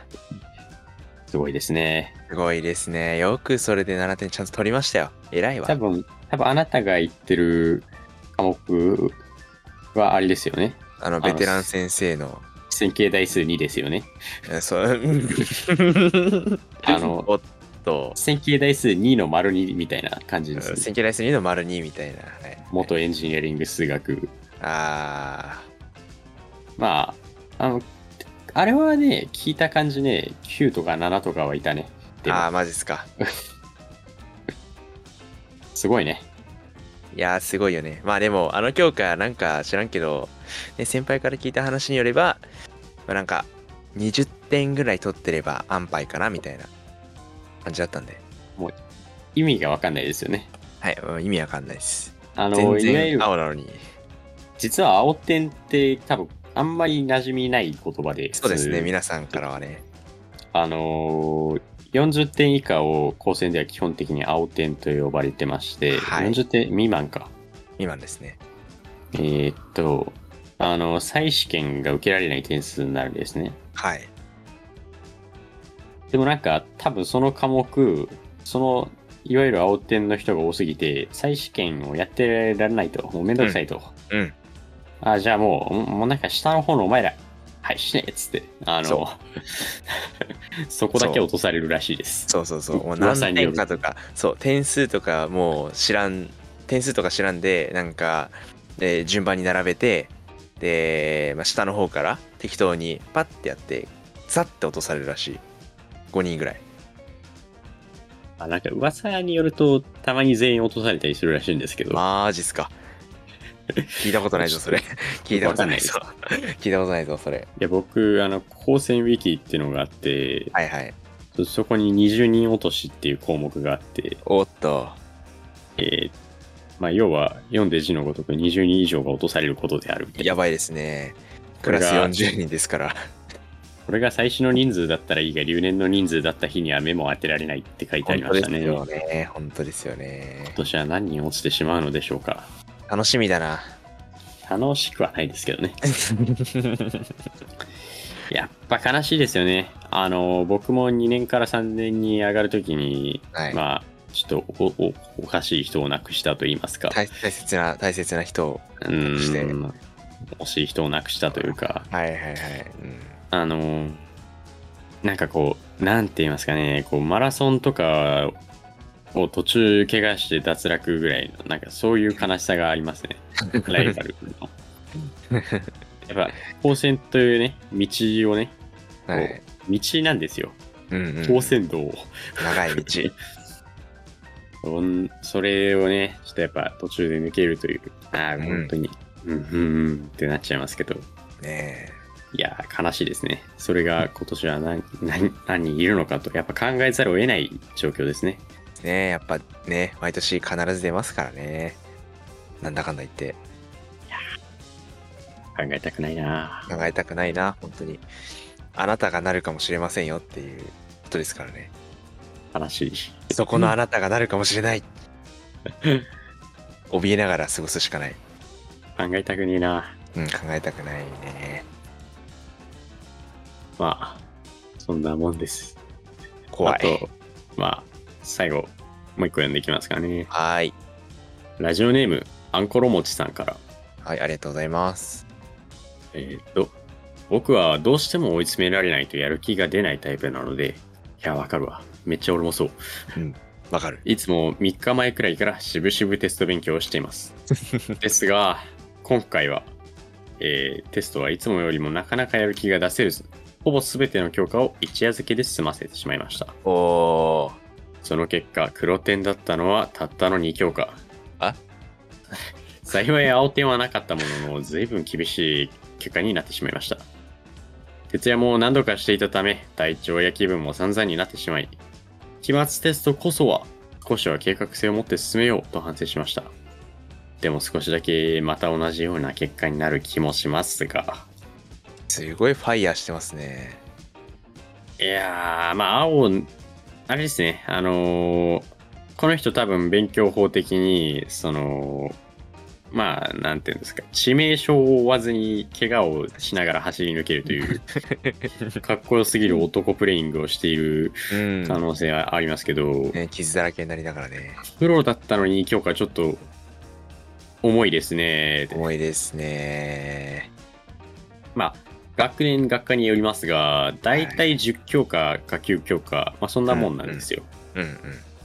[SPEAKER 1] すごいですね。
[SPEAKER 2] すごいですね。よくそれで7点ちゃんと取りましたよ。偉いわ
[SPEAKER 1] 多。分、多分あなたが言ってる科目はあれですよね。
[SPEAKER 2] あの、ベテラン先 生の。
[SPEAKER 1] 線形代数2ですよね。
[SPEAKER 2] うんそう。
[SPEAKER 1] あの
[SPEAKER 2] おっと。
[SPEAKER 1] 線形代数2の丸2みたいな感じです、
[SPEAKER 2] セ
[SPEAKER 1] ね。
[SPEAKER 2] ンキュライス2の丸2みたいな。はい、
[SPEAKER 1] 元エンジニアリング数学。
[SPEAKER 2] あ
[SPEAKER 1] まあ、あの、あれはね、聞いた感じね、9とか7とかはいたね。
[SPEAKER 2] ー
[SPEAKER 1] でも
[SPEAKER 2] あー、マジっすか。
[SPEAKER 1] すごいね。
[SPEAKER 2] いやー、すごいよね。まあでも、あの教科なんか知らんけど、ね、先輩から聞いた話によれば、まあ、なんか、20点ぐらい取ってれば安牌かなみたいな感じだったんで。
[SPEAKER 1] 意味がわかんないですよね。
[SPEAKER 2] はい、うん意味わかんないです。
[SPEAKER 1] あの、
[SPEAKER 2] 全
[SPEAKER 1] いわゆ
[SPEAKER 2] 然
[SPEAKER 1] る、
[SPEAKER 2] 青なのに。
[SPEAKER 1] 実は青点って多分、あんまり馴染みない言葉で、
[SPEAKER 2] そうですね、
[SPEAKER 1] 普通
[SPEAKER 2] 皆さんからはね。
[SPEAKER 1] あのー、40点以下を高専では基本的に青点と呼ばれてまして、
[SPEAKER 2] はい
[SPEAKER 1] 40点未満か。
[SPEAKER 2] 今ですね。
[SPEAKER 1] えーっと、あの、再試験が受けられない点数になるんですね。
[SPEAKER 2] はい。
[SPEAKER 1] でもなんか多分その科目、そのいわゆる青点の人が多すぎて、再試験をやってられないと、もうめんどくさいと。
[SPEAKER 2] うん。
[SPEAKER 1] あ、じゃあもう、ももうなんか下の方のお前ら、はい、死ねっつって、あ の、
[SPEAKER 2] そ
[SPEAKER 1] そこだけ落とされるらしいです。
[SPEAKER 2] そうそうそうう。もう何
[SPEAKER 1] 噂によ
[SPEAKER 2] 点
[SPEAKER 1] る
[SPEAKER 2] かとか、そう、点数とかもう知らん、点数とか知らんで、なんか、えー順番に並べて、で、まあ、下の方から適当にパッてやって、ザッて落とされるらしい。5人ぐらい。
[SPEAKER 1] あなんか噂によると、たまに全員落とされたりするらしいんですけど、
[SPEAKER 2] マジっすか。聞いたことないぞ、そ れ。聞いたことないぞ
[SPEAKER 1] わ。
[SPEAKER 2] 聞いたことないぞ、それ。
[SPEAKER 1] いや僕、あの、高専ウィキっていうのがあって、
[SPEAKER 2] はいはい。
[SPEAKER 1] そそこに20人落としっていう項目があって、
[SPEAKER 2] おっと。
[SPEAKER 1] えーまあ、要は読んで字のごとく20人以上が落とされることであるみたいな
[SPEAKER 2] やばいですね。ク
[SPEAKER 1] こ
[SPEAKER 2] ラ
[SPEAKER 1] れ
[SPEAKER 2] ス
[SPEAKER 1] が
[SPEAKER 2] 40人ですから。
[SPEAKER 1] これが最初の人数だったらいいが留年の人数だった日には目も当てられないって書いてあ
[SPEAKER 2] 本
[SPEAKER 1] りま
[SPEAKER 2] 当
[SPEAKER 1] し
[SPEAKER 2] で
[SPEAKER 1] た
[SPEAKER 2] す
[SPEAKER 1] ね
[SPEAKER 2] よ
[SPEAKER 1] 今
[SPEAKER 2] ね。本当ですよね。
[SPEAKER 1] 年は何人落ちてしまうのでしょうか
[SPEAKER 2] 楽しみだ な。
[SPEAKER 1] 楽しくはないですけどねやっぱ悲しいですよねあの僕も2年から3年に上がるときに、
[SPEAKER 2] はい
[SPEAKER 1] まあちょっとおおおかしい人を亡くしたと言いますか
[SPEAKER 2] 大大切な、大切な人を。
[SPEAKER 1] う
[SPEAKER 2] して
[SPEAKER 1] ーん惜しい人を亡くしたというか
[SPEAKER 2] はいはいはい。うん
[SPEAKER 1] あのなんかこうなんて言いますかねこうマラソンとかを途中怪我して脱落ぐらいのなんかそういう悲しさがあります ねライバルの。やっぱ高専というね道をね
[SPEAKER 2] はい。
[SPEAKER 1] 道なんですよ
[SPEAKER 2] うん、うん。
[SPEAKER 1] 高専道を、
[SPEAKER 2] 長い道。
[SPEAKER 1] そんそれをねちょっとやっぱ途中で抜けるというああ
[SPEAKER 2] うん
[SPEAKER 1] 本当に、うん、うんうんってなっちゃいますけど
[SPEAKER 2] ね
[SPEAKER 1] いやー悲しいですね。それが今年は何何何人いるのかと、やっぱ考えざるを得ない状況ですね。
[SPEAKER 2] え。ねえ、やっぱね、毎年必ず出ますからね。なんだかんだ言って。
[SPEAKER 1] 考えたくないな
[SPEAKER 2] 考えたくないな、本当に。あなたがなるかもしれませんよっていうことですからね。
[SPEAKER 1] 悲しい。
[SPEAKER 2] そこのあなたがなるかもし れない。怯えながら過ごすしかない。
[SPEAKER 1] 考えたくねえな
[SPEAKER 2] うん、考えたくないね。
[SPEAKER 1] まあ、そんなもんです。
[SPEAKER 2] 怖
[SPEAKER 1] あ
[SPEAKER 2] い。
[SPEAKER 1] と、まあ、最後、もう一個読んでいきますかね。
[SPEAKER 2] はーい。
[SPEAKER 1] ラジオネーム、アンコロモチさんから。
[SPEAKER 2] はい、ありがとうございます。
[SPEAKER 1] えーっと、僕はどうしても追い詰められないとやる気が出ないタイプなので、いや、わかるわ。めっちゃ俺もそう。
[SPEAKER 2] わかる。
[SPEAKER 1] いつも3日前くらいからしぶしぶテスト勉強をしています。ですが、今回は、えーテストはいつもよりもなかなかやる気が出せず、ほぼ全ての教科を一夜漬けで済ませてしまいました。
[SPEAKER 2] おー。
[SPEAKER 1] その結果、黒点だったのはたったの2教科。
[SPEAKER 2] あ
[SPEAKER 1] 幸い青点はなかったものの、随分厳しい結果になってしまいました。徹夜も何度かしていたため、体調や気分も散々になってしまい、期末テストこそは少しは計画性を持って進めようと反省しました。でも少しだけまた同じような結果になる気もしますが。
[SPEAKER 2] すごいファイヤーしてますね。
[SPEAKER 1] いやー、まあ、青、あれですね、あのーこの人多分勉強法的に、その、まあ、なんていうんですか、致命傷を負わずに怪我をしながら走り抜けるという、かっこよすぎる男プレイングをしている
[SPEAKER 2] うん。
[SPEAKER 1] 可能性はありますけど、
[SPEAKER 2] ね、傷だらけになりながらね。
[SPEAKER 1] プロだったのに今日からちょっと、重いですね。
[SPEAKER 2] 重いですね。
[SPEAKER 1] まあ、学年、学科によりますが、だいたい10教科か9教科、まあ、そんなもんなんですよ。
[SPEAKER 2] うんうん。
[SPEAKER 1] っ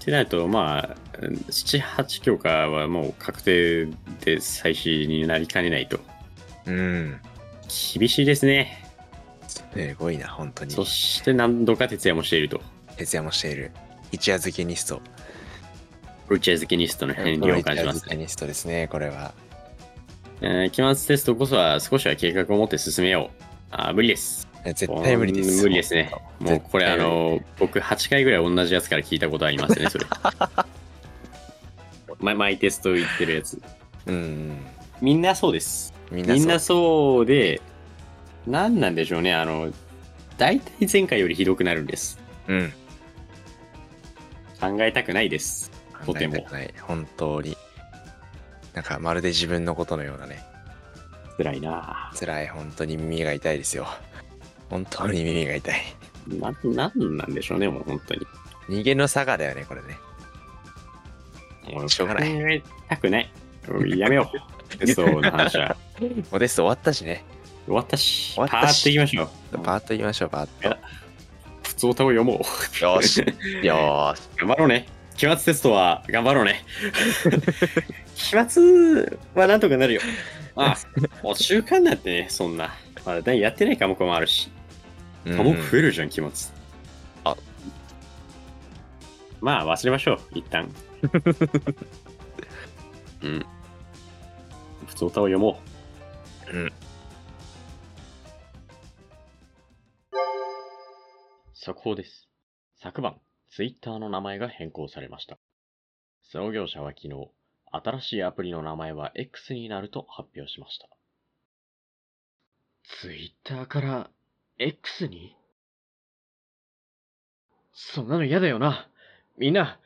[SPEAKER 1] てなると、まあ、78教科はもう確定で最終になりかねないと。
[SPEAKER 2] うん。
[SPEAKER 1] 厳しいですね。
[SPEAKER 2] すごいな、本当に。
[SPEAKER 1] そして何度か徹夜もしていると。
[SPEAKER 2] 徹夜もしている。一夜漬けニスト。
[SPEAKER 1] ルチェズキニストの
[SPEAKER 2] 一
[SPEAKER 1] 変
[SPEAKER 2] 夜
[SPEAKER 1] 量を感じま
[SPEAKER 2] 漬
[SPEAKER 1] す
[SPEAKER 2] け
[SPEAKER 1] ね。
[SPEAKER 2] ニストですね、これは。
[SPEAKER 1] えー期末テストこそは少しは計画を持って進めよう。あー無理です。
[SPEAKER 2] 絶対無理です。
[SPEAKER 1] 無理ですね。もうこれあの、僕8回ぐらい同じやつから聞いたことありますね、 それ。前、毎テスト言ってるやつ。
[SPEAKER 2] うんうん。
[SPEAKER 1] みんなそうです。
[SPEAKER 2] みんな
[SPEAKER 1] みんな
[SPEAKER 2] そ
[SPEAKER 1] そうで、何なんでしょうね、あの、大体前回よりひどくなるんです。
[SPEAKER 2] う。うん。
[SPEAKER 1] 考えたくないです。とても
[SPEAKER 2] 考えたくない。本当に。なんか、まるで自分のことのようなね。
[SPEAKER 1] 辛いな
[SPEAKER 2] 辛い。本当に耳が痛いですよ。本当に耳が痛い。
[SPEAKER 1] な、なんなんでしょうね、もう本当に。
[SPEAKER 2] 人間の差がだよね、これね。
[SPEAKER 1] も
[SPEAKER 2] しょうがない
[SPEAKER 1] 考えたくない。うんやめよう。 テストの話は。
[SPEAKER 2] もうテスト終わったしね。
[SPEAKER 1] 終わったし、
[SPEAKER 2] 終わ
[SPEAKER 1] パ
[SPEAKER 2] った
[SPEAKER 1] ーっ
[SPEAKER 2] し
[SPEAKER 1] といきましょう。
[SPEAKER 2] パーッといきましょう、パーッ
[SPEAKER 1] 普通歌を読もう。
[SPEAKER 2] と。よー し。よーし。
[SPEAKER 1] 頑張ろうね。期末テストは頑張ろう ね。期末はなんとかなるよ。あ、もう習慣なんてね、そんな。まだやってない科目もあるし。
[SPEAKER 2] うん
[SPEAKER 1] 科目増えるじゃん、期末。
[SPEAKER 2] あ
[SPEAKER 1] まあ、忘れましょう、一旦。 うん。普通歌を読もう。
[SPEAKER 2] うん。
[SPEAKER 1] 速報です。昨晩、ツイッターの名前が変更されました。創業者は昨日、新しいアプリの名前は X になると発表しました。ツイッターから X にそんなの嫌だよな。みんな、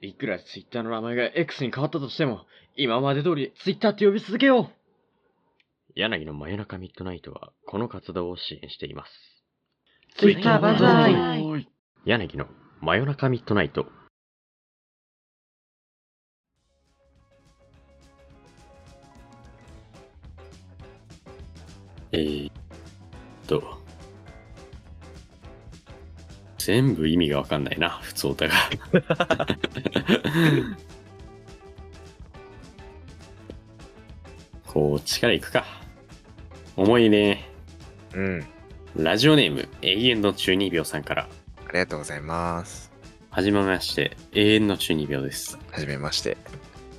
[SPEAKER 1] いくらツイッターの名前が X に変わったとしても、今まで通りツイッターって呼び続けよう柳の真夜中ミッドナイトは、この活動を支援しています。
[SPEAKER 3] ツイッター万歳
[SPEAKER 1] 柳の真夜中ミッドナイト。えーっと。全部意味がわかんないな、普通歌が。こっちから行くか。重いね。
[SPEAKER 2] うん。
[SPEAKER 1] ラジオネーム、永遠の中二病さんから。
[SPEAKER 2] ありがとうございます。
[SPEAKER 1] はじめまして、永遠の中二病です。
[SPEAKER 2] はじめまして。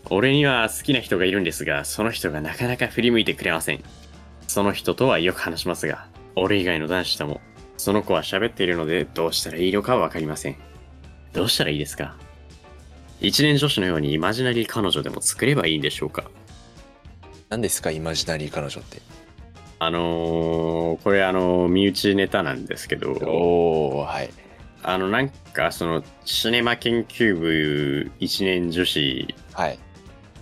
[SPEAKER 1] 俺には好きな人がいるんですが、その人がなかなか振り向いてくれません。その人とはよく話しますが、俺以外の男子とも、その子は喋っているのでどうしたらいいのかわかりません。どうしたらいいですか一年女子のようにイマジナリー彼女でも作ればいいんでしょうか
[SPEAKER 2] 何ですか、イマジナリー彼女って。
[SPEAKER 1] あのー、これあのー身内ネタなんですけど、
[SPEAKER 2] おー、はい。
[SPEAKER 1] あのなんかその、シネマ研究部一年女子、
[SPEAKER 2] はい。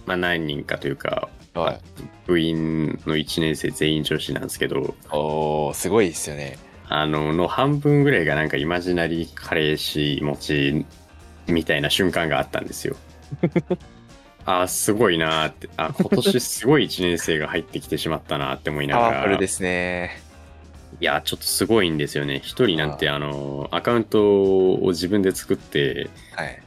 [SPEAKER 1] まあ何人かというか、
[SPEAKER 2] はい。
[SPEAKER 1] 部員の1年生全員女子なんですけど
[SPEAKER 2] おー、すごいですよね。
[SPEAKER 1] あのの半分ぐらいがなんかイマジナリー彼氏持ちみたいな瞬間があったんです よあーすごいなーってあ今年すごい1年生が入ってきてしまったなーって思いな
[SPEAKER 2] パ
[SPEAKER 1] が
[SPEAKER 2] ワフル
[SPEAKER 1] ら
[SPEAKER 2] で
[SPEAKER 1] い
[SPEAKER 2] すね。
[SPEAKER 1] やちょっとすごいんですよね一人なんてあのアカウントを自分で作って
[SPEAKER 2] はい。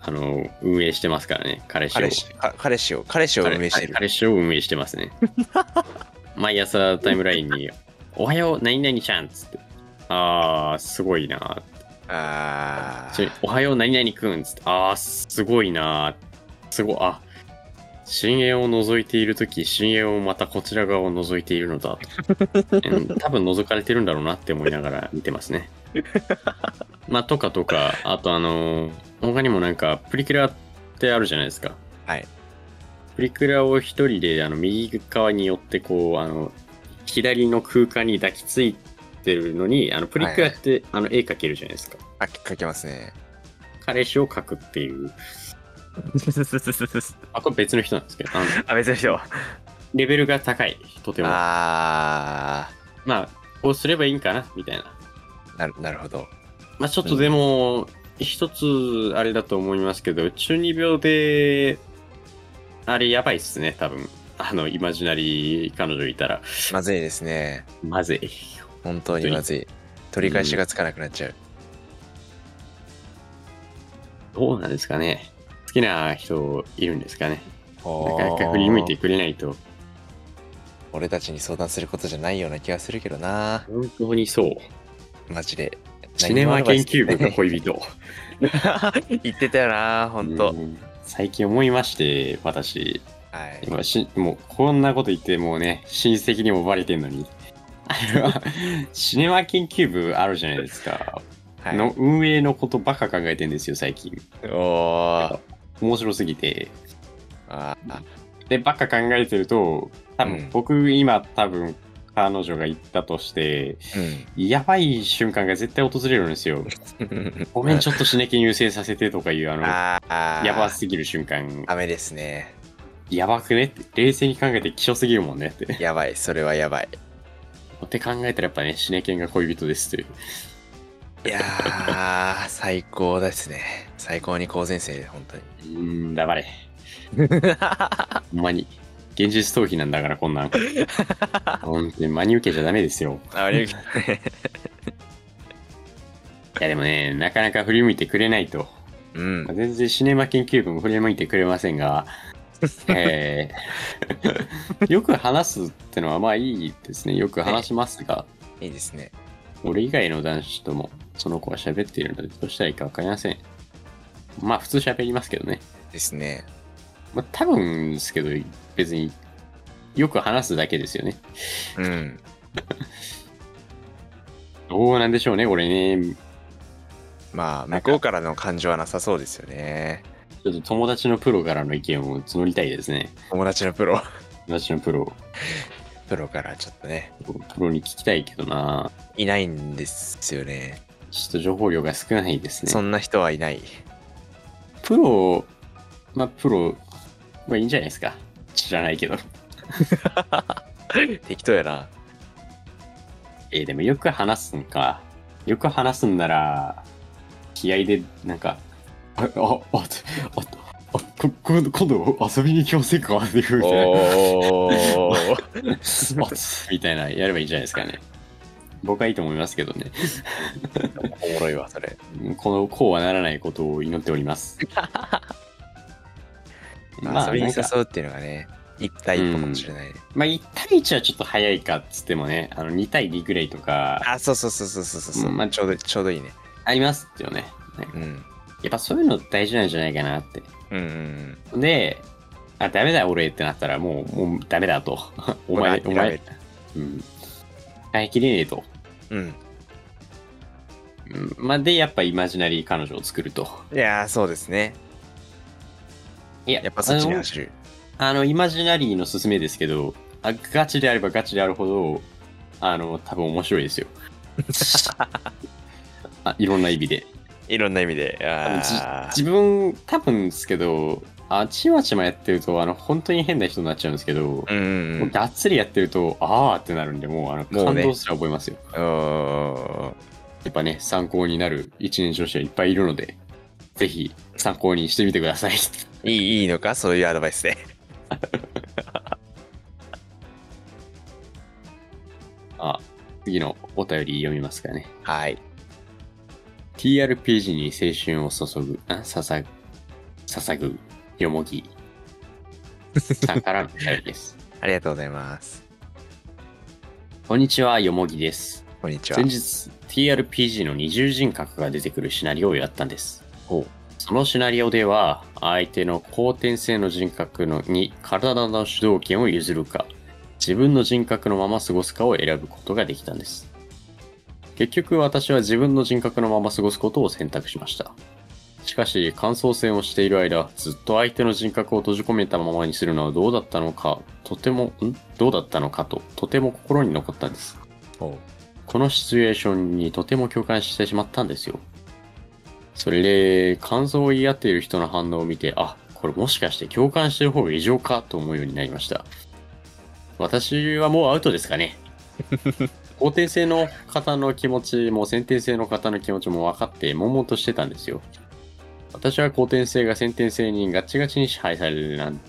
[SPEAKER 1] あの運営してますからね彼氏を
[SPEAKER 2] 彼氏、か彼氏を、彼氏を運営してる。
[SPEAKER 1] 彼氏を運営してますね 毎朝タイムラインに「おはよう何々ちゃん」っつって「あーすごいな
[SPEAKER 2] あ」
[SPEAKER 1] ちなみ
[SPEAKER 2] ー
[SPEAKER 1] に。おはよう何々くん」っつって「あーすごいな」すごいあ深淵を覗いている時深淵をまたこちら側を覗いているの だ、うん、多分覗かれてるんだろうなって思いながら見てますね まあとかとかあとあのー他にもなんかプリキュラってあるじゃないですか
[SPEAKER 2] はい
[SPEAKER 1] プリクラを一人であの右側に寄ってこうあの左の空間に抱きついてるのにあのプリクラって、あの絵描けるじゃないですか
[SPEAKER 2] あ、かけますね。
[SPEAKER 1] 彼氏を描くっていうあこれ別の人なんですけどあの
[SPEAKER 2] あ、別の人。
[SPEAKER 1] レベルが高いとても
[SPEAKER 2] あ
[SPEAKER 1] まあこうすればいいんかなみたいな
[SPEAKER 2] ー、なるなるほど。
[SPEAKER 1] まあちょっとでも、一つあれだと思いますけど、中二病で、あれやばいっすね、多分。あの、イマジナリー彼女いたら、
[SPEAKER 2] まずいですね。
[SPEAKER 1] まずい。
[SPEAKER 2] 本当にまずい。取り返しがつかなくなっちゃう。
[SPEAKER 1] どうなんですかね。好きな人いるんですかね。な
[SPEAKER 2] お
[SPEAKER 1] かなか振り向いてくれないと、
[SPEAKER 2] 俺たちに相談することじゃないような気がするけどな。
[SPEAKER 1] 本当にそう。
[SPEAKER 2] マ ジで。
[SPEAKER 1] シネマ研究部の恋人。
[SPEAKER 2] 人。言ってたよな、 本当。
[SPEAKER 1] うん最近思いまして、私、
[SPEAKER 2] はい。
[SPEAKER 1] 今しもうこんなこと言ってもうね親戚にもバレてんのに あれはシネマ研究部あるじゃないですか、
[SPEAKER 2] はい、
[SPEAKER 1] の運営のことばっか考えてんですよ最近
[SPEAKER 2] おー
[SPEAKER 1] 面白すぎて
[SPEAKER 2] あ
[SPEAKER 1] でばっか考えてると多分、
[SPEAKER 2] うん
[SPEAKER 1] 僕今多分彼女が言ったとして
[SPEAKER 2] ー。
[SPEAKER 1] やばい瞬間が絶対訪れるんですよ
[SPEAKER 2] うん。
[SPEAKER 1] ごめんちょっとシネ研優先させてとかいうあの
[SPEAKER 2] ああ。
[SPEAKER 1] やばすぎる瞬間
[SPEAKER 2] 雨ですね。
[SPEAKER 1] やばくねって冷静に考えて希少すぎるもんねって
[SPEAKER 2] やばい、それはやばい。
[SPEAKER 1] って考えたらやっぱね、シネケンが恋人ですという。
[SPEAKER 2] いやー、最高ですね。最高に高専生で、本当に。
[SPEAKER 1] うーん、黙れ。ほんまに。現実逃避なんだから、こんなん。本当に真に受けちゃダメですよ。
[SPEAKER 2] あれ、
[SPEAKER 1] いや、でもね、なかなか振り向いてくれないと。
[SPEAKER 2] うん
[SPEAKER 1] まあ。全然シネマ研究部も振り向いてくれませんが、えー よく話すってのはまあいいですね。よく話しますが、
[SPEAKER 2] いいですね。
[SPEAKER 1] 俺以外の男子ともその子は喋っているのでどうしたらいいかわかりません。まあ普通喋りますけどね。
[SPEAKER 2] ですね。
[SPEAKER 1] まあ多分ですけど、別によく話すだけですよね。
[SPEAKER 2] うん。
[SPEAKER 1] どうなんでしょうね、俺ね。
[SPEAKER 2] まあ、向こうからの感情はなさそうですよね。
[SPEAKER 1] ちょっと友達のプロからの意見を募りたいですね。
[SPEAKER 2] 友達のプロ。
[SPEAKER 1] 友達のプロ、
[SPEAKER 2] プロからちょっとね、
[SPEAKER 1] プロに聞きたいけどな。
[SPEAKER 2] いないんですよね。
[SPEAKER 1] ちょっと情報量が少ないですね。
[SPEAKER 2] そんな人はいない。
[SPEAKER 1] プロ、まあ、プロまあいいんじゃないですか。知らないけど。
[SPEAKER 2] 適当やな。
[SPEAKER 1] えーでもよく話すんか。よく話すんなら、気合で、なんか、あ、あ、あ、つあ、あ、こ今度、今度遊びに行きませんかっていうふうに、
[SPEAKER 2] おー。
[SPEAKER 1] あつみたいな、やればいいんじゃないですかね。僕はいいと思いますけどね。
[SPEAKER 2] おもろいわ、それ。
[SPEAKER 1] うんこの、こうはならないことを祈っており ます。ま
[SPEAKER 2] まあ、
[SPEAKER 1] あ、
[SPEAKER 2] それ
[SPEAKER 1] な
[SPEAKER 2] に
[SPEAKER 1] んか
[SPEAKER 2] 誘うっていうのがね、一対一歩かもしれない。
[SPEAKER 1] まあ、1対1はちょっと早いかっつってもね、あの、2対2ぐらいとか、
[SPEAKER 2] あ、そうそうそうそうそうそう、
[SPEAKER 1] うん
[SPEAKER 2] まあ、ちょうど、ちょうどいいね。
[SPEAKER 1] ありますよね。ね
[SPEAKER 2] うん。
[SPEAKER 1] やっぱそういうの大事なんじゃないかなって。
[SPEAKER 2] うんうんうん。
[SPEAKER 1] で、あ、ダメだ俺ってなったらもう、もうダメだと。 お前、お
[SPEAKER 2] 俺は諦め
[SPEAKER 1] 前
[SPEAKER 2] る、
[SPEAKER 1] うん。耐えきれねえと。
[SPEAKER 2] うん。
[SPEAKER 1] うん、まあ、で、やっぱイマジナリー彼女を作ると。
[SPEAKER 2] いやー、そうですね。
[SPEAKER 1] いや
[SPEAKER 2] やっぱそっちに
[SPEAKER 1] あの
[SPEAKER 2] 走る。
[SPEAKER 1] あの、イマジナリーの勧めですけど、あガチであればガチであるほど、あの、多分面白いです よ。あいろんな意味で。
[SPEAKER 2] いろんな意味で。あー
[SPEAKER 1] 自分、多分ですけど、あちまちまやってると、あの、本当に変な人になっちゃうんですけど、
[SPEAKER 2] うんうんう。
[SPEAKER 1] もうんがっつりやってると、あーってなるんで、もうあの
[SPEAKER 2] もう
[SPEAKER 1] 感
[SPEAKER 2] ね
[SPEAKER 1] 動すら覚えますよ。
[SPEAKER 2] おー
[SPEAKER 1] やっぱね、参考になる一年女子はいっぱいいるので、ぜひ参考にしてみてください。
[SPEAKER 2] いい、いいのかそういうアドバイスで。
[SPEAKER 1] あ次のお便り読みますかね。
[SPEAKER 2] はい。
[SPEAKER 1] TRPG に青春を注ぐ、あ、捧ぐ、捧ぐ、よもぎ。さんからのお便りです。
[SPEAKER 2] ありがとうございます。
[SPEAKER 1] こんにちは、よもぎです。
[SPEAKER 2] こんにちは
[SPEAKER 1] 先。日、TRPG の二重人格が出てくるシナリオをやったんです。
[SPEAKER 2] ほう
[SPEAKER 1] そのシナリオでは、相手の後天性の人格のに体の主導権を譲るか、自分の人格のまま過ごすかを選ぶことができたんです。結局私は自分の人格のまま過ごすことを選択しました。しかし、感想戦をしている間、ずっと相手の人格を閉じ込めたままにするのはどうだったのか、とても、んどうだったのかと、とても心に残ったんです。
[SPEAKER 2] ほ
[SPEAKER 1] このシチュエーションにとても共感してしまったんですよ。それで、感想を言い合っている人の反応を見て、あ、これもしかして共感してる方が異常かと思うようになりました。私はもうアウトですか ね。肯定性の方の気持ちも先天性の方の気持ちも分かって悶々としてたんですよ。私は後天性が先天性にガチガチに支配されるなん、ん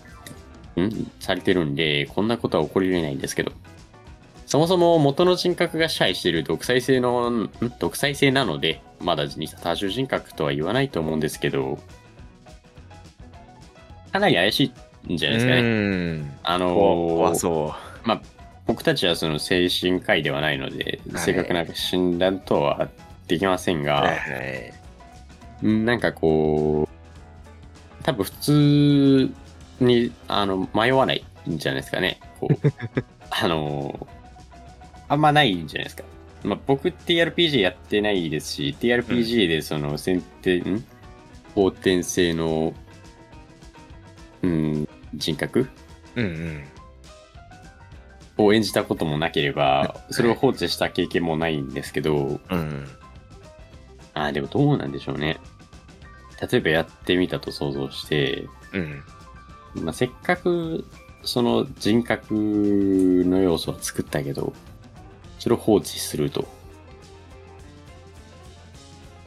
[SPEAKER 1] されてるんで、こんなことは起こり得ないんですけど。そもそも元の人格が支配している独裁性の、ん独裁性なので、まだ多重人格とは言わないと思うんですけど、かなり怪しいんじ
[SPEAKER 2] う。
[SPEAKER 1] ゃ
[SPEAKER 2] う
[SPEAKER 1] ないですかね。
[SPEAKER 2] ーん。
[SPEAKER 1] あのー
[SPEAKER 2] 怖そ
[SPEAKER 1] まあ、僕たちはその精神科医ではないので、
[SPEAKER 2] はい
[SPEAKER 1] 正確な診断とはできません
[SPEAKER 2] う。は
[SPEAKER 1] が、
[SPEAKER 2] いはい。
[SPEAKER 1] うんなんかこう、多分普通にあの迷わないんじゃないですかね。こ うあの、あんまないんじゃないですか。まあ、僕 TRPG やってないですし、TRPG でその先天、ん後天性の、うん、人格
[SPEAKER 2] うんうん。
[SPEAKER 1] を演じたこともなければ、それを放置した経験もないんですけど、
[SPEAKER 2] うん。
[SPEAKER 1] あーでもどうなんでしょうね。例えばやってみたと想像して、
[SPEAKER 2] うん。
[SPEAKER 1] まあ、せっかくその人格の要素は作ったけど、それを放置すると。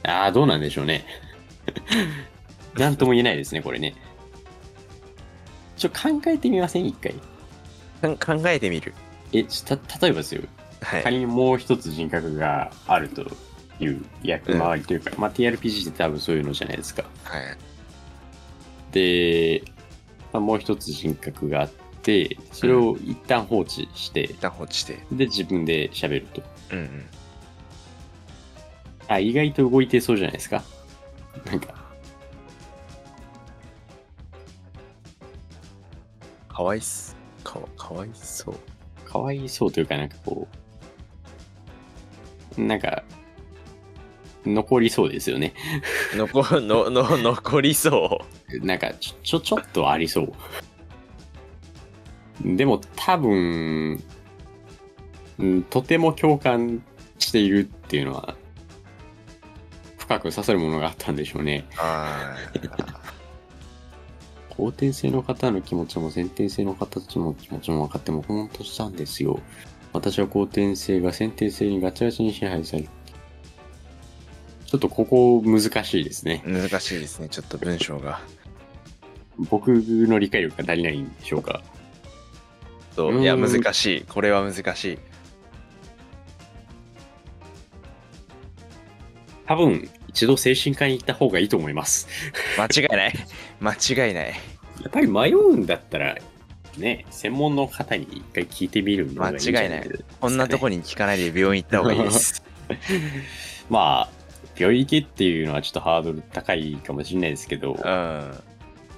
[SPEAKER 1] ああ、どうなんでしょうね。なんとも言えないですね、これね。ちょ、考えてみません一回。
[SPEAKER 2] かん考えてみる。
[SPEAKER 1] え、ちょた、例えばですよ。
[SPEAKER 2] はい。
[SPEAKER 1] 仮にもう一つ人格があるという役回りというか、まあ、TRPG って多分そういうのじゃないですか。
[SPEAKER 2] はい。
[SPEAKER 1] で、まあ、もう一つ人格があって、それを一旦放置して
[SPEAKER 2] 一、旦放置して。
[SPEAKER 1] で、自分で喋ると。
[SPEAKER 2] うんうん。
[SPEAKER 1] あ、意外と動いてそうじゃないですか。なんか、
[SPEAKER 2] かわいっす。かわかわいそう。
[SPEAKER 1] かわいそうというか、なんかこう、なんか、残りそうですよね。
[SPEAKER 2] 残のの残りそ
[SPEAKER 1] なんかちょ、ちょ、ちょっとありそう。でも多分、うんとても共感しているっていうのは、深く刺さるものがあったんでしょうね。
[SPEAKER 2] う。あ
[SPEAKER 1] 後天性の方の気持ちも先天性の方たちの気持ちも分かっても悶々としたんですよ。私は後天性が先天性にガチガチに支配されちょっとここ難しいですね。
[SPEAKER 2] 難しいですね。ちょっと文章が。
[SPEAKER 1] 僕の理解力が足りないんでしょうか。
[SPEAKER 2] そういや、
[SPEAKER 1] うーん
[SPEAKER 2] 難しい。これは難しい。
[SPEAKER 1] 多分、一度精神科に行った方がいいと思います。
[SPEAKER 2] 間違いない。 間違いない。
[SPEAKER 1] やっぱり迷うんだったら、ね、専門の方に一回聞いてみるのがいいんじゃないですか、ね。
[SPEAKER 2] こんなとこに聞かないで病院行った方がいいです。
[SPEAKER 1] まあ、病院行けっていうのはちょっとハードル高いかもしれないですけど、
[SPEAKER 2] う
[SPEAKER 1] ま
[SPEAKER 2] ん。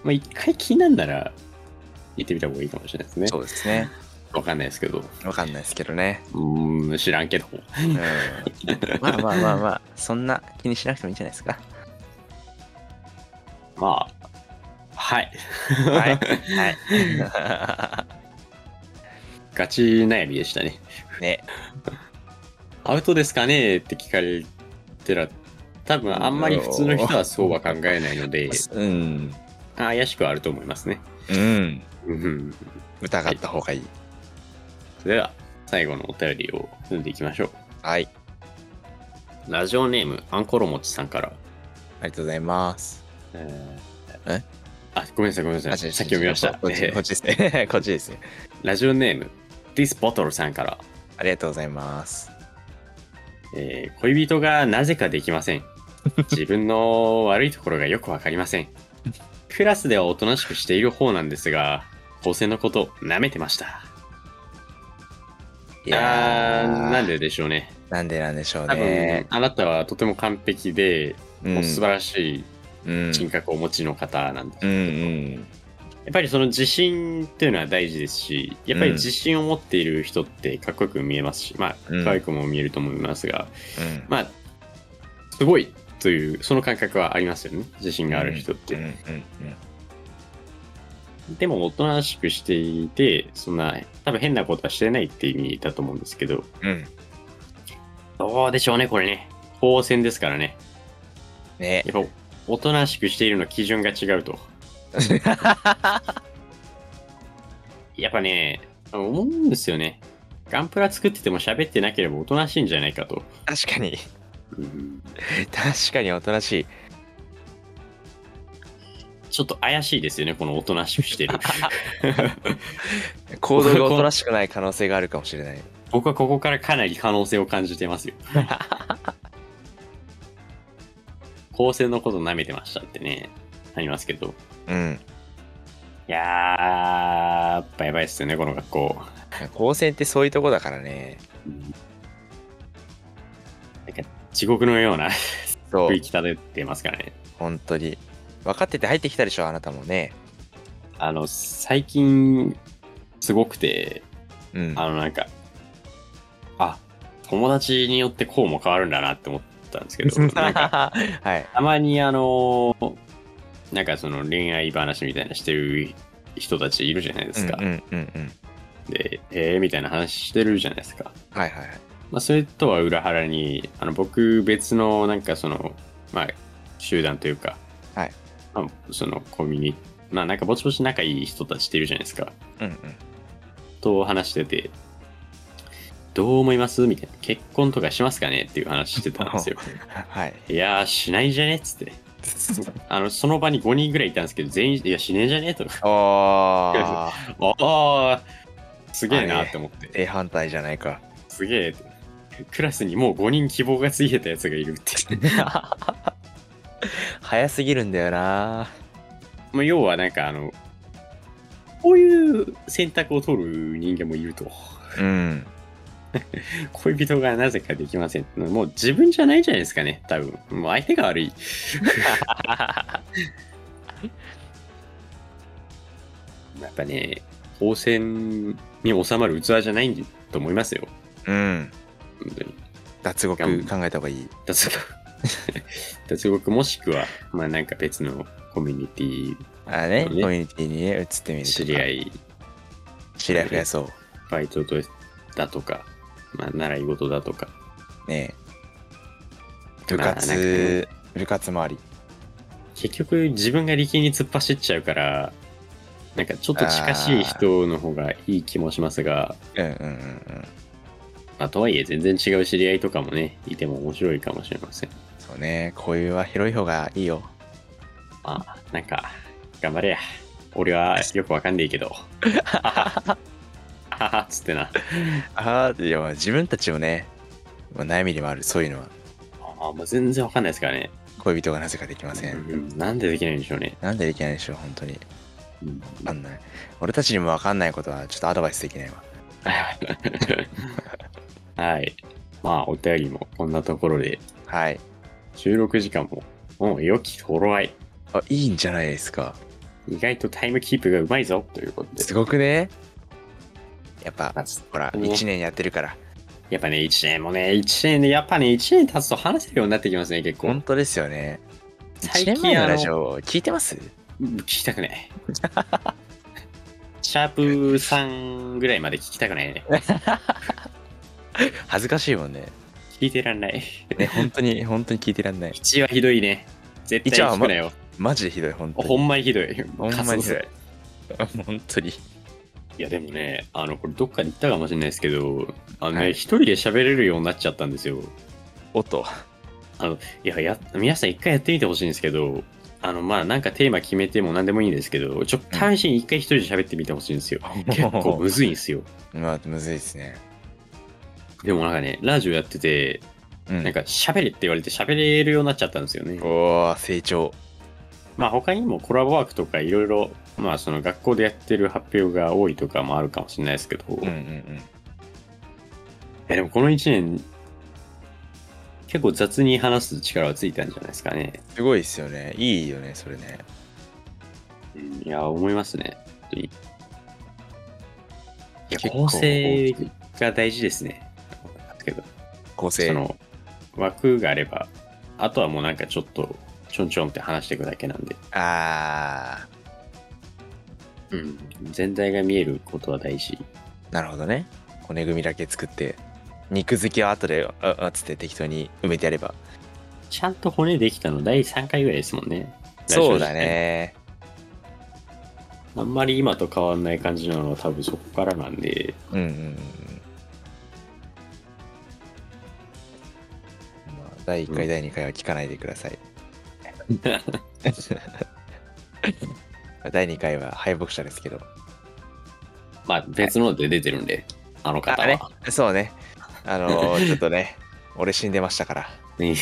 [SPEAKER 1] あ一回気になんなら、行ってみた方がいいかもしれないですね。
[SPEAKER 2] そうですね。
[SPEAKER 1] わかんないですけど。
[SPEAKER 2] わかんないですけどね。
[SPEAKER 1] うーん、知らんけど。
[SPEAKER 2] うん。まあまあまあまあ、そんな気にしなくてもいいんじゃないです か。
[SPEAKER 1] まあ、はい。
[SPEAKER 2] はい。は
[SPEAKER 1] ガチ悩みでしたね。
[SPEAKER 2] い。ね。
[SPEAKER 1] アウトですかねって聞かれたら、多分あんまり普通の人はそうは考えないので、
[SPEAKER 2] うん。
[SPEAKER 1] 怪しくはあると思いますね。
[SPEAKER 2] うん。
[SPEAKER 1] うん
[SPEAKER 2] 疑った方がいい。
[SPEAKER 1] それでは最後のお便りを読んでいきましょ
[SPEAKER 2] はい。
[SPEAKER 1] うラジオネームアンコロモチさんから
[SPEAKER 2] ありがとうございます。
[SPEAKER 1] え
[SPEAKER 2] え
[SPEAKER 1] あごめんなさいごめんなさいさっき読みました
[SPEAKER 2] こっち
[SPEAKER 1] え
[SPEAKER 2] こっちですね。 こっちですね。
[SPEAKER 1] ーラジオネーム This Bottle さんから、
[SPEAKER 2] ありがとうございます。
[SPEAKER 1] えー恋人がなぜかできませ ん自分の悪いところがよくわかりませんクラスではおとなしくしている方なんですが高専のこと舐めてました
[SPEAKER 2] い
[SPEAKER 1] いや
[SPEAKER 2] ー
[SPEAKER 1] ーなんででしょうね
[SPEAKER 2] なんでなんでしょう
[SPEAKER 1] 多分、
[SPEAKER 2] ね。
[SPEAKER 1] あなたはとても完璧で、もう素晴らし
[SPEAKER 2] うん
[SPEAKER 1] い人格をお持ちの方なんです
[SPEAKER 2] うんうん。
[SPEAKER 1] やっぱりその自信っていうのは大事ですし、やっぱり自信を持っている人ってかっこよく見えますし、まあ、
[SPEAKER 2] うん
[SPEAKER 1] 可愛くも見えると思いますが、
[SPEAKER 2] うん
[SPEAKER 1] まあ、すごいという、その感覚はありますよね。自信がある人って。
[SPEAKER 2] うんうん
[SPEAKER 1] でも、おとなしくしていて、そんな、多分変なことはしてないって意味だと思うんですけど、
[SPEAKER 2] うんうん。
[SPEAKER 1] どうでしょうね、これね。高専ですからね。
[SPEAKER 2] ね
[SPEAKER 1] やっぱ、おとなしくしているの基準が違うと。やっぱね、思うんですよね。ガンプラ作ってても喋ってなければおとなしいんじゃないかと。
[SPEAKER 2] 確かに。 確かにおとなしい。
[SPEAKER 1] ちょっと怪しいですよね、このおとなしくしてる。
[SPEAKER 2] 行動がおとなしくない可能性があるかもしれない。
[SPEAKER 1] 僕はここからかなり可能性を感じてますよ。構成のこと舐めてましたってね、ありますけど。
[SPEAKER 2] うん。
[SPEAKER 1] いやー、やばいですよね、この学校。
[SPEAKER 2] 高専ってそういうとこだからね。
[SPEAKER 1] なんか地獄のような
[SPEAKER 2] そう
[SPEAKER 1] 雰囲。気漂ってますからね。
[SPEAKER 2] 本当に。分かってて入ってきたでしょ、あなたもね。
[SPEAKER 1] あの、最近、すごくて、
[SPEAKER 2] うん。
[SPEAKER 1] あのなんか、あ、友達によってこうも変わるんだなって思ったんですけ ど、なんか、
[SPEAKER 2] はい。
[SPEAKER 1] たまにあのーなんかその恋愛話みたいなしてる人たちいるじゃないで
[SPEAKER 2] う
[SPEAKER 1] す
[SPEAKER 2] ん
[SPEAKER 1] か。
[SPEAKER 2] うんうんうん。
[SPEAKER 1] で、えー、みたいな話してるじゃないですか。
[SPEAKER 2] はいはいはい。
[SPEAKER 1] まあ、それとは裏腹に、あの、僕別のなんかその、まあ、集団というか、
[SPEAKER 2] はい
[SPEAKER 1] まあ、そのコミュニティ、まあなんかぼちぼち仲いい人たちっているじゃないですか。
[SPEAKER 2] うんうん。
[SPEAKER 1] と話してて、どう思いますみたいな。結婚とかしますかねっていう話してたん ですよ。
[SPEAKER 2] はい。
[SPEAKER 1] いやー、しないんじゃねっつ ってね。あの、その場に5人ぐらいいたんですけど、全員、いや、しねえんじゃねえとか。
[SPEAKER 2] ああ、
[SPEAKER 1] ああー、すげえなって思って。
[SPEAKER 2] 正反対じゃないか。
[SPEAKER 1] すげえって。クラスにもう5人希望がついてたやつがいるって。
[SPEAKER 2] 早すぎるんだよな。
[SPEAKER 1] まあ、要はなんかあの、こういう選択を取る人間もいると。
[SPEAKER 2] うん。
[SPEAKER 1] 恋人がなぜかできません。もう自分じゃないじゃないですかね、多分。もう相手が悪い。 やっぱね、光線に収まる器じゃないんと思いますよ。
[SPEAKER 2] うん。
[SPEAKER 1] 本当に。
[SPEAKER 2] 脱獄考えた方がいい。
[SPEAKER 1] 脱獄。 脱獄もしくは、まあなんか別のコミュニティ、
[SPEAKER 2] あね、
[SPEAKER 1] そ
[SPEAKER 2] コ
[SPEAKER 1] う
[SPEAKER 2] ミ
[SPEAKER 1] ね
[SPEAKER 2] ュニティにね、移ってみるとか。
[SPEAKER 1] 知り合
[SPEAKER 2] い。
[SPEAKER 1] い、
[SPEAKER 2] 知り合い増やそ
[SPEAKER 1] バイトとだとか、まあ習い事だとか。
[SPEAKER 2] う。ねえ部
[SPEAKER 1] まあなんか
[SPEAKER 2] 活、部活周り。
[SPEAKER 1] 結局自分が力に突っ走っちゃうからなんかちょっと近しい人の方がいい気もしますが
[SPEAKER 2] うんうんうんうん。
[SPEAKER 1] まあ、とはいえ全然違う知り合いとかもねいても面白いかもしれません
[SPEAKER 2] そうね、恋は広い方がいいよ。
[SPEAKER 1] まあなんか頑張れや俺はよくわかんねえけどははっつってな
[SPEAKER 2] ああ、いや、自分たちもね、まあ悩みでもある、そういうのは。
[SPEAKER 1] ああもう全然わかんないですからね、
[SPEAKER 2] 恋人がなぜかできません。
[SPEAKER 1] うんなんでできないんでしょうね、
[SPEAKER 2] なんでできないでしょう、本当に。
[SPEAKER 1] うん
[SPEAKER 2] わかんない。俺たちにもわかんないことは、ちょっとアドバイスできないわ。
[SPEAKER 1] はいまあお便りもこんなところで
[SPEAKER 2] はい。
[SPEAKER 1] 収録時間ももう良き頃合い
[SPEAKER 2] あ、いいんじゃないですか。
[SPEAKER 1] 意外とタイムキープがうまいぞということです
[SPEAKER 2] ごくねやっぱ、ほら、
[SPEAKER 1] うん
[SPEAKER 2] 1年やってるから。
[SPEAKER 1] やっぱね、1年もね、1年で、やっぱね、1年経つと話せるようになってきますね、結
[SPEAKER 2] 本
[SPEAKER 1] 構。
[SPEAKER 2] 当ですよね。
[SPEAKER 1] 最
[SPEAKER 2] 1
[SPEAKER 1] 近
[SPEAKER 2] 年前のラジオ、聞いてます
[SPEAKER 1] 聞きたく ない。シャープ3ぐらいまで聞きたくないね。
[SPEAKER 2] 恥ずかしいもんね。
[SPEAKER 1] 聞いてらんない。
[SPEAKER 2] ね、本当に、本当に聞いてらんない。
[SPEAKER 1] 1はひどいね。絶対聞くなよ。
[SPEAKER 2] マジでひどい、本当に。
[SPEAKER 1] ほんまにひどい。
[SPEAKER 2] ほんまにひどい
[SPEAKER 1] カス
[SPEAKER 2] 本当に。
[SPEAKER 1] いや、でもね、あの、これどっかで言ったかもしれないですけど、あの
[SPEAKER 2] は
[SPEAKER 1] ね、
[SPEAKER 2] い
[SPEAKER 1] 一、人で喋れるようになっちゃったんですよ。
[SPEAKER 2] 音。
[SPEAKER 1] いや、や、皆さん一回やってみてほしいんですけど、あの、まあ、なんかテーマ決めても何でもいいんですけど、ちょっと試しに一回一人で喋ってみてほしいんです よ。結構むずいんですよ。
[SPEAKER 2] まあ、むずいですね。
[SPEAKER 1] でもなんかね、ラジオやってて、
[SPEAKER 2] うん。
[SPEAKER 1] なんか喋れって言われて喋れるようになっちゃったんですよね。
[SPEAKER 2] おー、成長。
[SPEAKER 1] まあ他にもコラボワークとかいろいろ、まあその学校でやってる発表が多いとかもあるかもしれないですけど、
[SPEAKER 2] うんうん
[SPEAKER 1] い
[SPEAKER 2] うん。
[SPEAKER 1] やでもこの1年、結構雑に話す力はついたんじゃないですかね。
[SPEAKER 2] すごいですよね。いいよね、それね。
[SPEAKER 1] うんいや、思いますね。本当に。いや、
[SPEAKER 2] 結構
[SPEAKER 1] 構成が大事ですね。だけど、
[SPEAKER 2] 構成
[SPEAKER 1] そ。の枠があれば、あとはもうなんかちょっと、ちょんちょんって話していくだけなんで。
[SPEAKER 2] あ
[SPEAKER 1] うん、全体が見えることは大事。
[SPEAKER 2] ー、なるほどね。骨組みだけ作って、肉付きは後で、あ、あつって適当に埋めてやれば。
[SPEAKER 1] ちゃんと骨できたの第3回ぐらいですもんね。
[SPEAKER 2] そうだ。ね。
[SPEAKER 1] あんまり今と変わんない感じなのは多分そこからなんで、
[SPEAKER 2] うんうんうんうん。まあ、第1回、
[SPEAKER 1] うん
[SPEAKER 2] 第2回は聞かないでください。 第2回は敗北者ですけど。
[SPEAKER 1] まあ別ので出てるんで、あの方
[SPEAKER 2] あ
[SPEAKER 1] は。
[SPEAKER 2] れそうね。あの ーちょっとね、俺死んでましたから。
[SPEAKER 1] ね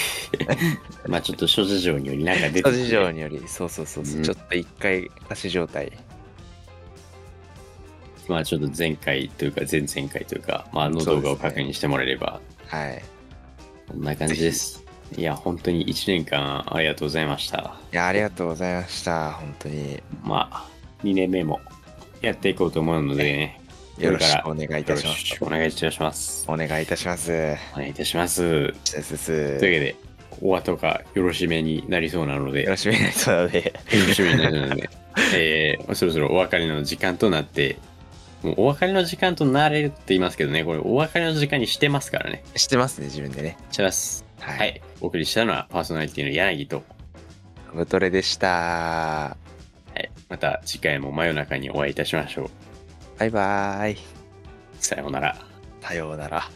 [SPEAKER 1] まあちょっと諸事情によりなんか出て
[SPEAKER 2] 諸
[SPEAKER 1] るんで
[SPEAKER 2] 事情により、そうそうそうそう、
[SPEAKER 1] うん
[SPEAKER 2] ちょっと1回貸し状態。
[SPEAKER 1] まあちょっと前回というか前々回というか、まああの動画を確認してもらえれば、
[SPEAKER 2] はい。
[SPEAKER 1] こんな感じです。いや、本当に1年間ありがとうございました。
[SPEAKER 2] いや、ありがとうございました。本当に。
[SPEAKER 1] まあ、2年目もやっていこうと思うのでね、
[SPEAKER 2] よろしく
[SPEAKER 1] こ
[SPEAKER 2] お
[SPEAKER 1] れ
[SPEAKER 2] 願いい
[SPEAKER 1] よろ
[SPEAKER 2] たします。
[SPEAKER 1] しくお願いいたします。
[SPEAKER 2] お願いいたします。
[SPEAKER 1] お願いいたします。
[SPEAKER 2] すす
[SPEAKER 1] と
[SPEAKER 2] す。
[SPEAKER 1] いうわけで、お後がよろしめになりそうなので、
[SPEAKER 2] よ
[SPEAKER 1] よ
[SPEAKER 2] ろしくお願いします ので。
[SPEAKER 1] ろしめになりそうなので、 えーそろそろお別れの時間となって、もうお別れの時間となれるって言いますけどね、これお別れの時間にしてますからね。
[SPEAKER 2] 知ってますね、自分でね。
[SPEAKER 1] します。
[SPEAKER 2] は
[SPEAKER 1] はい。お送りしたのはパーソナリティの柳と、
[SPEAKER 2] ムトレでした。
[SPEAKER 1] はい、また次回も真夜中にお会いいたしましょう。
[SPEAKER 2] バイバイ。
[SPEAKER 1] さようなら。
[SPEAKER 2] さようなら。